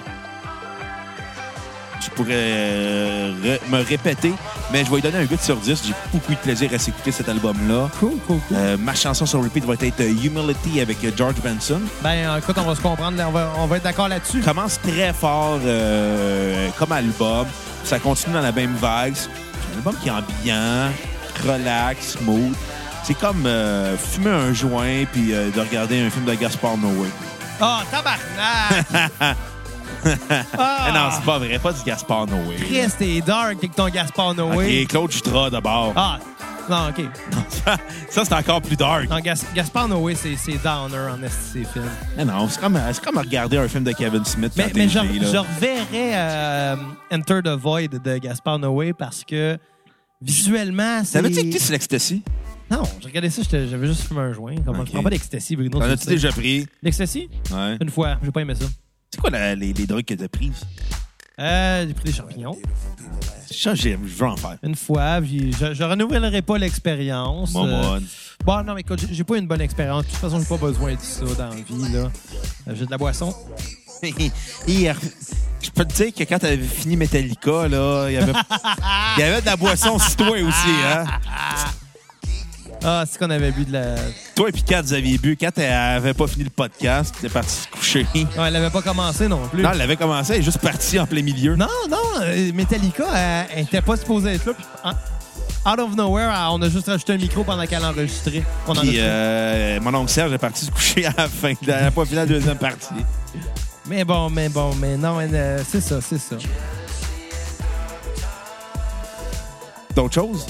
Je pourrais euh, ré- me répéter, mais je vais lui donner un 8 sur 10. J'ai beaucoup eu de plaisir à s'écouter cet album-là.
Cool, cool, cool.
Euh, ma chanson sur repeat va être euh, Humility avec euh, George Benson.
Ben, écoute, on va se comprendre. là, On va, on va être d'accord là-dessus.
Commence très fort euh, comme album. Ça continue dans la même vague. C'est un album qui est ambiant, relax, smooth. C'est comme euh, fumer un joint puis euh, de regarder un film de Gaspard Noé.
Ah, tabarnak!
Ah non,
ah,
c'est pas vrai, pas du Gaspard Noé.
Chris, t'es dark avec ton Gaspard
Ok,
Noé.
Claude Jutras d'abord.
Ah, non, OK. Ah.
Ça, c'est encore plus dark.
Non, Gas- Gaspard Noé, c'est c'est downer en esti, ces films.
Mais non, c'est comme, euh, c'est comme regarder un film de Kevin Smith.
Mais,
quand
mais
t'es
je,
gay, là.
je reverrais euh, Enter the Void de Gaspard Noé parce que visuellement, c'est...
Savais-tu que t'es sur l'ecstasy?
Non, j'ai regardé ça, j'étais- j'avais juste fumé un joint. Comme,
Ok.
Je prends pas d'ecstasy.
T'en as-tu déjà pris?
L'ecstasy?
Ouais.
Une fois, j'ai pas aimé ça.
C'est quoi la- les, les drogues que t'as prises?
Euh, j'ai pris des champignons.
Ça, j'aime, je veux en faire.
Une fois, puis je, je renouvellerai pas l'expérience.
Bon,
Euh,
bon.
Bon, non, mais écoute, j'ai- j'ai pas une bonne expérience. De toute façon, j'ai pas besoin de ça dans la vie, là. Euh, J'ai de la boisson.
Hier. Je peux te dire que quand t'avais fini Metallica, là, il y avait, il y avait de la boisson sur toi aussi, hein?
Ah, c'est qu'on avait bu de la.
Toi et puis Kat, vous aviez bu. Kat, elle avait pas fini le podcast, elle est partie se coucher.
Non, elle avait pas commencé non plus.
Non, elle avait commencé, elle est juste partie en plein milieu.
Non, non, euh, Metallica, elle, elle était pas supposée être là. Puis, en- out of nowhere, elle- on a juste rajouté un micro pendant qu'elle enregistrait. qu'on
Puis
enregistrait.
euh, mon oncle Serge est parti se coucher à la fin. Elle n'a pas fini la deuxième partie.
Mais bon, mais bon, mais non, mais, euh, c'est ça, c'est ça.
D'autres choses?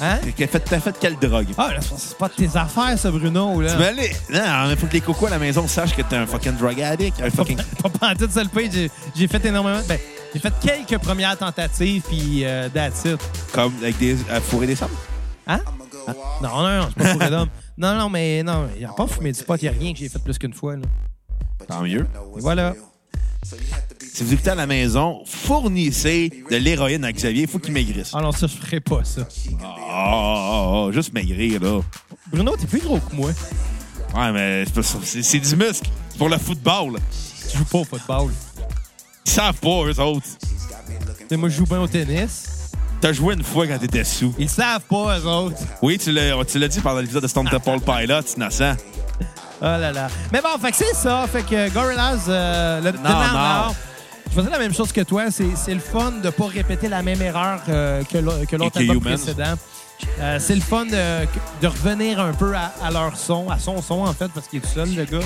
Hein?
T'as fait, t'as fait quelle drogue?
Ah, là, c'est pas de tes affaires, ça, Bruno, là.
Tu veux aller? Non, il faut que les cocos à la maison sachent que t'es un fucking drug addict. Un fucking...
Pas pantoute, ça le pire. J'ai- J'ai fait énormément. Ben, j'ai fait quelques premières tentatives, puis euh, that's it.
Comme avec des... à fourrer des sables?
Hein? Hein? Non, non, non, c'est pas fourré d'homme. Non, non, mais non, il a pas fumé du pot, il a rien que j'ai fait plus qu'une fois. Là.
Tant mieux.
Et voilà.
Si vous écoutez à la maison, fournissez de l'héroïne à Xavier. Il faut qu'il maigrisse.
Ah non, ça, je ferais pas ça.
Ah, ah, ah, juste maigrir, là.
Bruno, t'es plus gros que moi.
Ouais, mais c'est pas ça. c'est c'est du muscle. C'est pour le football.
Tu joues pas au football.
Ils savent pas, eux autres.
Tu sais, moi, je joue bien au tennis.
T'as joué une fois quand t'étais sous.
Ils savent pas, eux autres.
Oui, tu l'as tu l'as dit pendant l'épisode de Stone Temple Pilot, c'est innocent.
Oh là là. Mais bon, fait que c'est ça. Fait que Gorillaz, euh, le
Non, non.
Je faisais la même chose que toi. C'est c'est le fun de pas répéter la même erreur euh, que l'au- que l'autre
Et que
album
Humans.
précédent. Euh, c'est le fun de, de revenir un peu à, à leur son, à son son, en fait, parce qu'il est tout seul, le gars.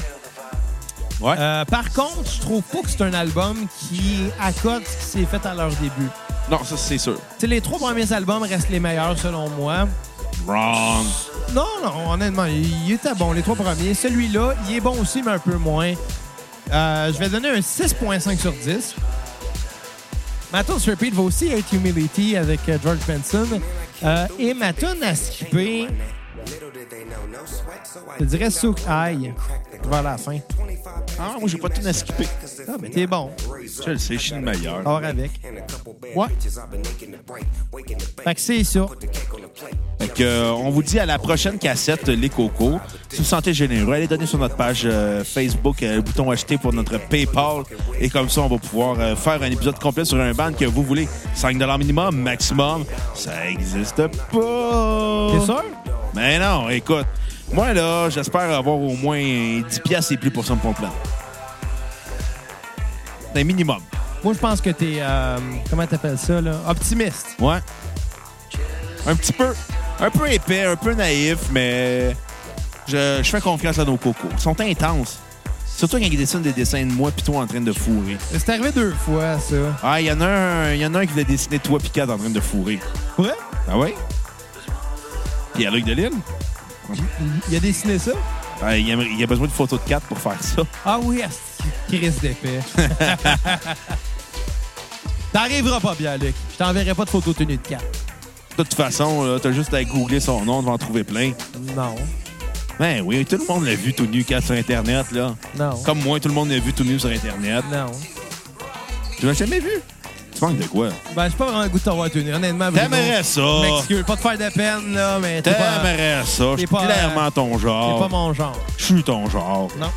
Ouais.
Euh, par contre, je trouve pas que c'est un album qui accorde ce qui s'est fait à leur début.
Non, ça, c'est sûr.
Tu sais, les trois premiers albums restent les meilleurs selon moi.
Wrong.
Non, non, honnêtement, il il était bon, les trois premiers. Celui-là, il est bon aussi, mais un peu moins. Euh, je vais donner un 6.5 sur 10. Matos Repeat va aussi être Humility avec euh, George Benson. Euh, et ma tune à skipper, je dirais Souk High, vers la fin.
Ah, moi, j'ai pas tout à skipper. Ah,
Ah, mais t'es bon.
Je le sais, je suis le meilleur.
Or avec. Ouais. Fait que c'est ça.
Fait que, euh, on vous dit à la prochaine cassette euh, Les Cocos. Si vous sentez généreux, allez donner sur notre page euh, Facebook euh, le bouton acheter pour notre PayPal. Et comme ça, on va pouvoir euh, faire un épisode complet sur un band que vous voulez. 5 minimum, maximum. Ça existe pas.
T'es sûr?
Mais non, écoute. Moi, là, j'espère avoir au moins 10 piastres et plus pour son mon plan. C'est un minimum.
Moi, je pense que t'es. euh, comment t'appelles ça, là? Optimiste.
Ouais. Un petit peu. Un peu épais, un peu naïf, mais je, je fais confiance à nos cocos. Ils sont intenses. Surtout quand ils dessinent des dessins de moi pis toi en train de fourrer.
C'est arrivé deux fois, ça.
Ah, il y en a un, il y en a un qui voulait dessiner toi pis Kat en train de fourrer.
Ouais?
Ah ouais? Pis à Luc de Lille?
Il a dessiné ça?
Ah, il, aimerait- il a besoin de photos de 4 pour faire ça.
Ah oui, asti, Chris d'épais. T'arriveras pas bien, Luc. Je t'enverrai pas de photo tenue de cap.
De toute façon, là, t'as juste à googler son nom, tu vas en trouver plein.
Non.
Ben oui, tout le monde l'a vu tout nu, Kat, sur Internet, là.
Non.
Comme moi, tout le monde l'a vu tout nu sur Internet.
Non.
Tu l'as jamais vu? Tu manques de quoi?
Ben, j'ai pas vraiment le goût de t'avoir tenu. Honnêtement, Bruno,
T'aimerais ça.
Je m'excuse. Pas de faire de peine, là, mais t'es pas, t'es
T'aimerais ça. Je suis
t'es pas,
clairement ton
pas
genre.
mon genre.
Je suis ton genre.
Non.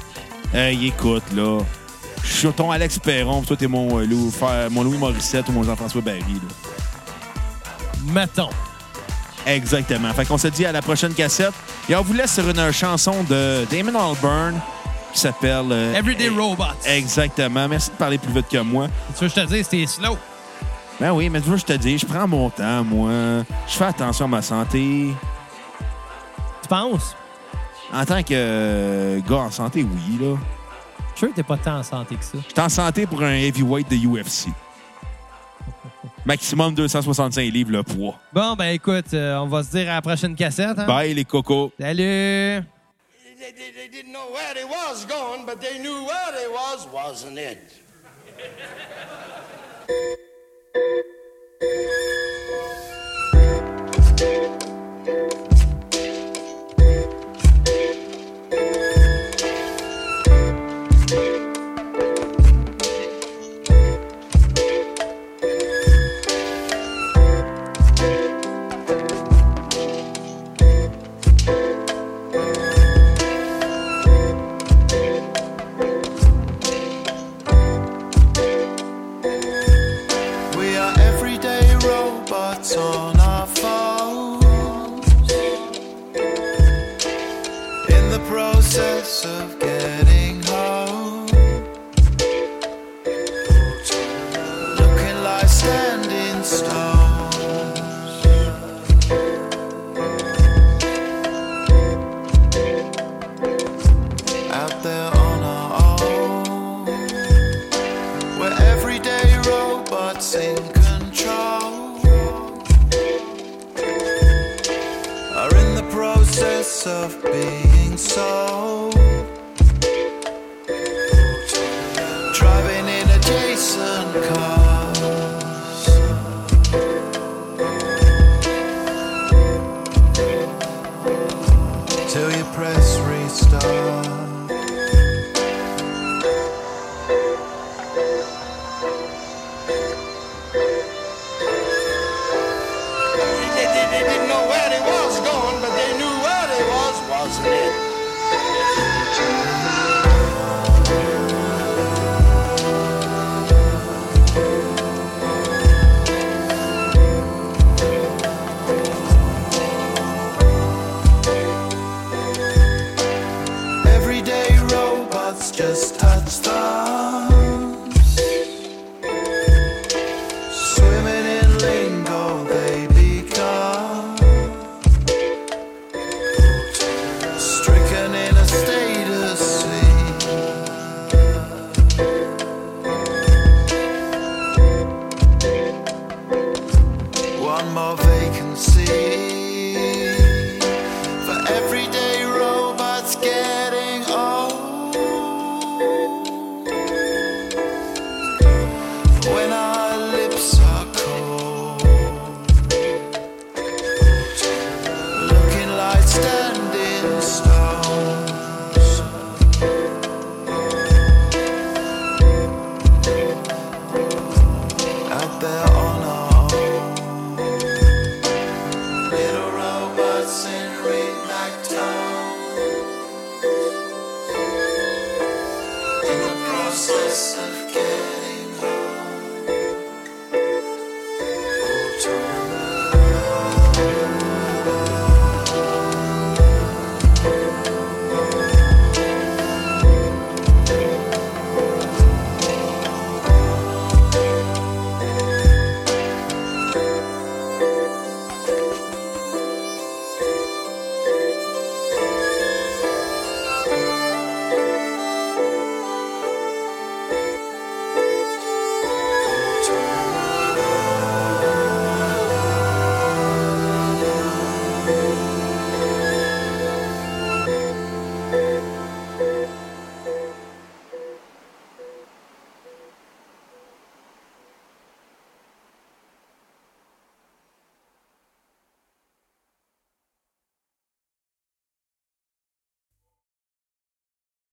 Hey, écoute, là. Je suis ton Alex Perron, pis toi, t'es mon, euh, Lou- frère- mon Louis Morissette ou mon Jean-François Barry. là.
Mettons.
Exactement. Fait qu'on se dit à la prochaine cassette. Et on vous laisse sur une euh, chanson de Damon Albarn qui s'appelle... euh,
Everyday
eh,
Robots.
Exactement. Merci de parler plus vite que moi.
Tu veux que je te dise, c'est slow.
Ben oui, mais tu veux, je te dis, je prends mon temps, moi. Je fais attention à ma santé.
Tu penses?
En tant que euh, gars en santé, oui, là.
Je suis sûr que t'es pas tant en santé que ça.
T'es en santé pour un heavyweight de UFC. Maximum 265 livres le poids.
Bon, ben écoute, euh, on va se dire à la prochaine cassette. Hein?
Bye les cocos.
Salut!
They, they, they didn't know where they was going, but they knew where they was, wasn't it?
We are everyday robots on our phones. In the process of getting home. Looking like standing stones. Out there on our own. We're everyday robots in control. Are in the process of being sold.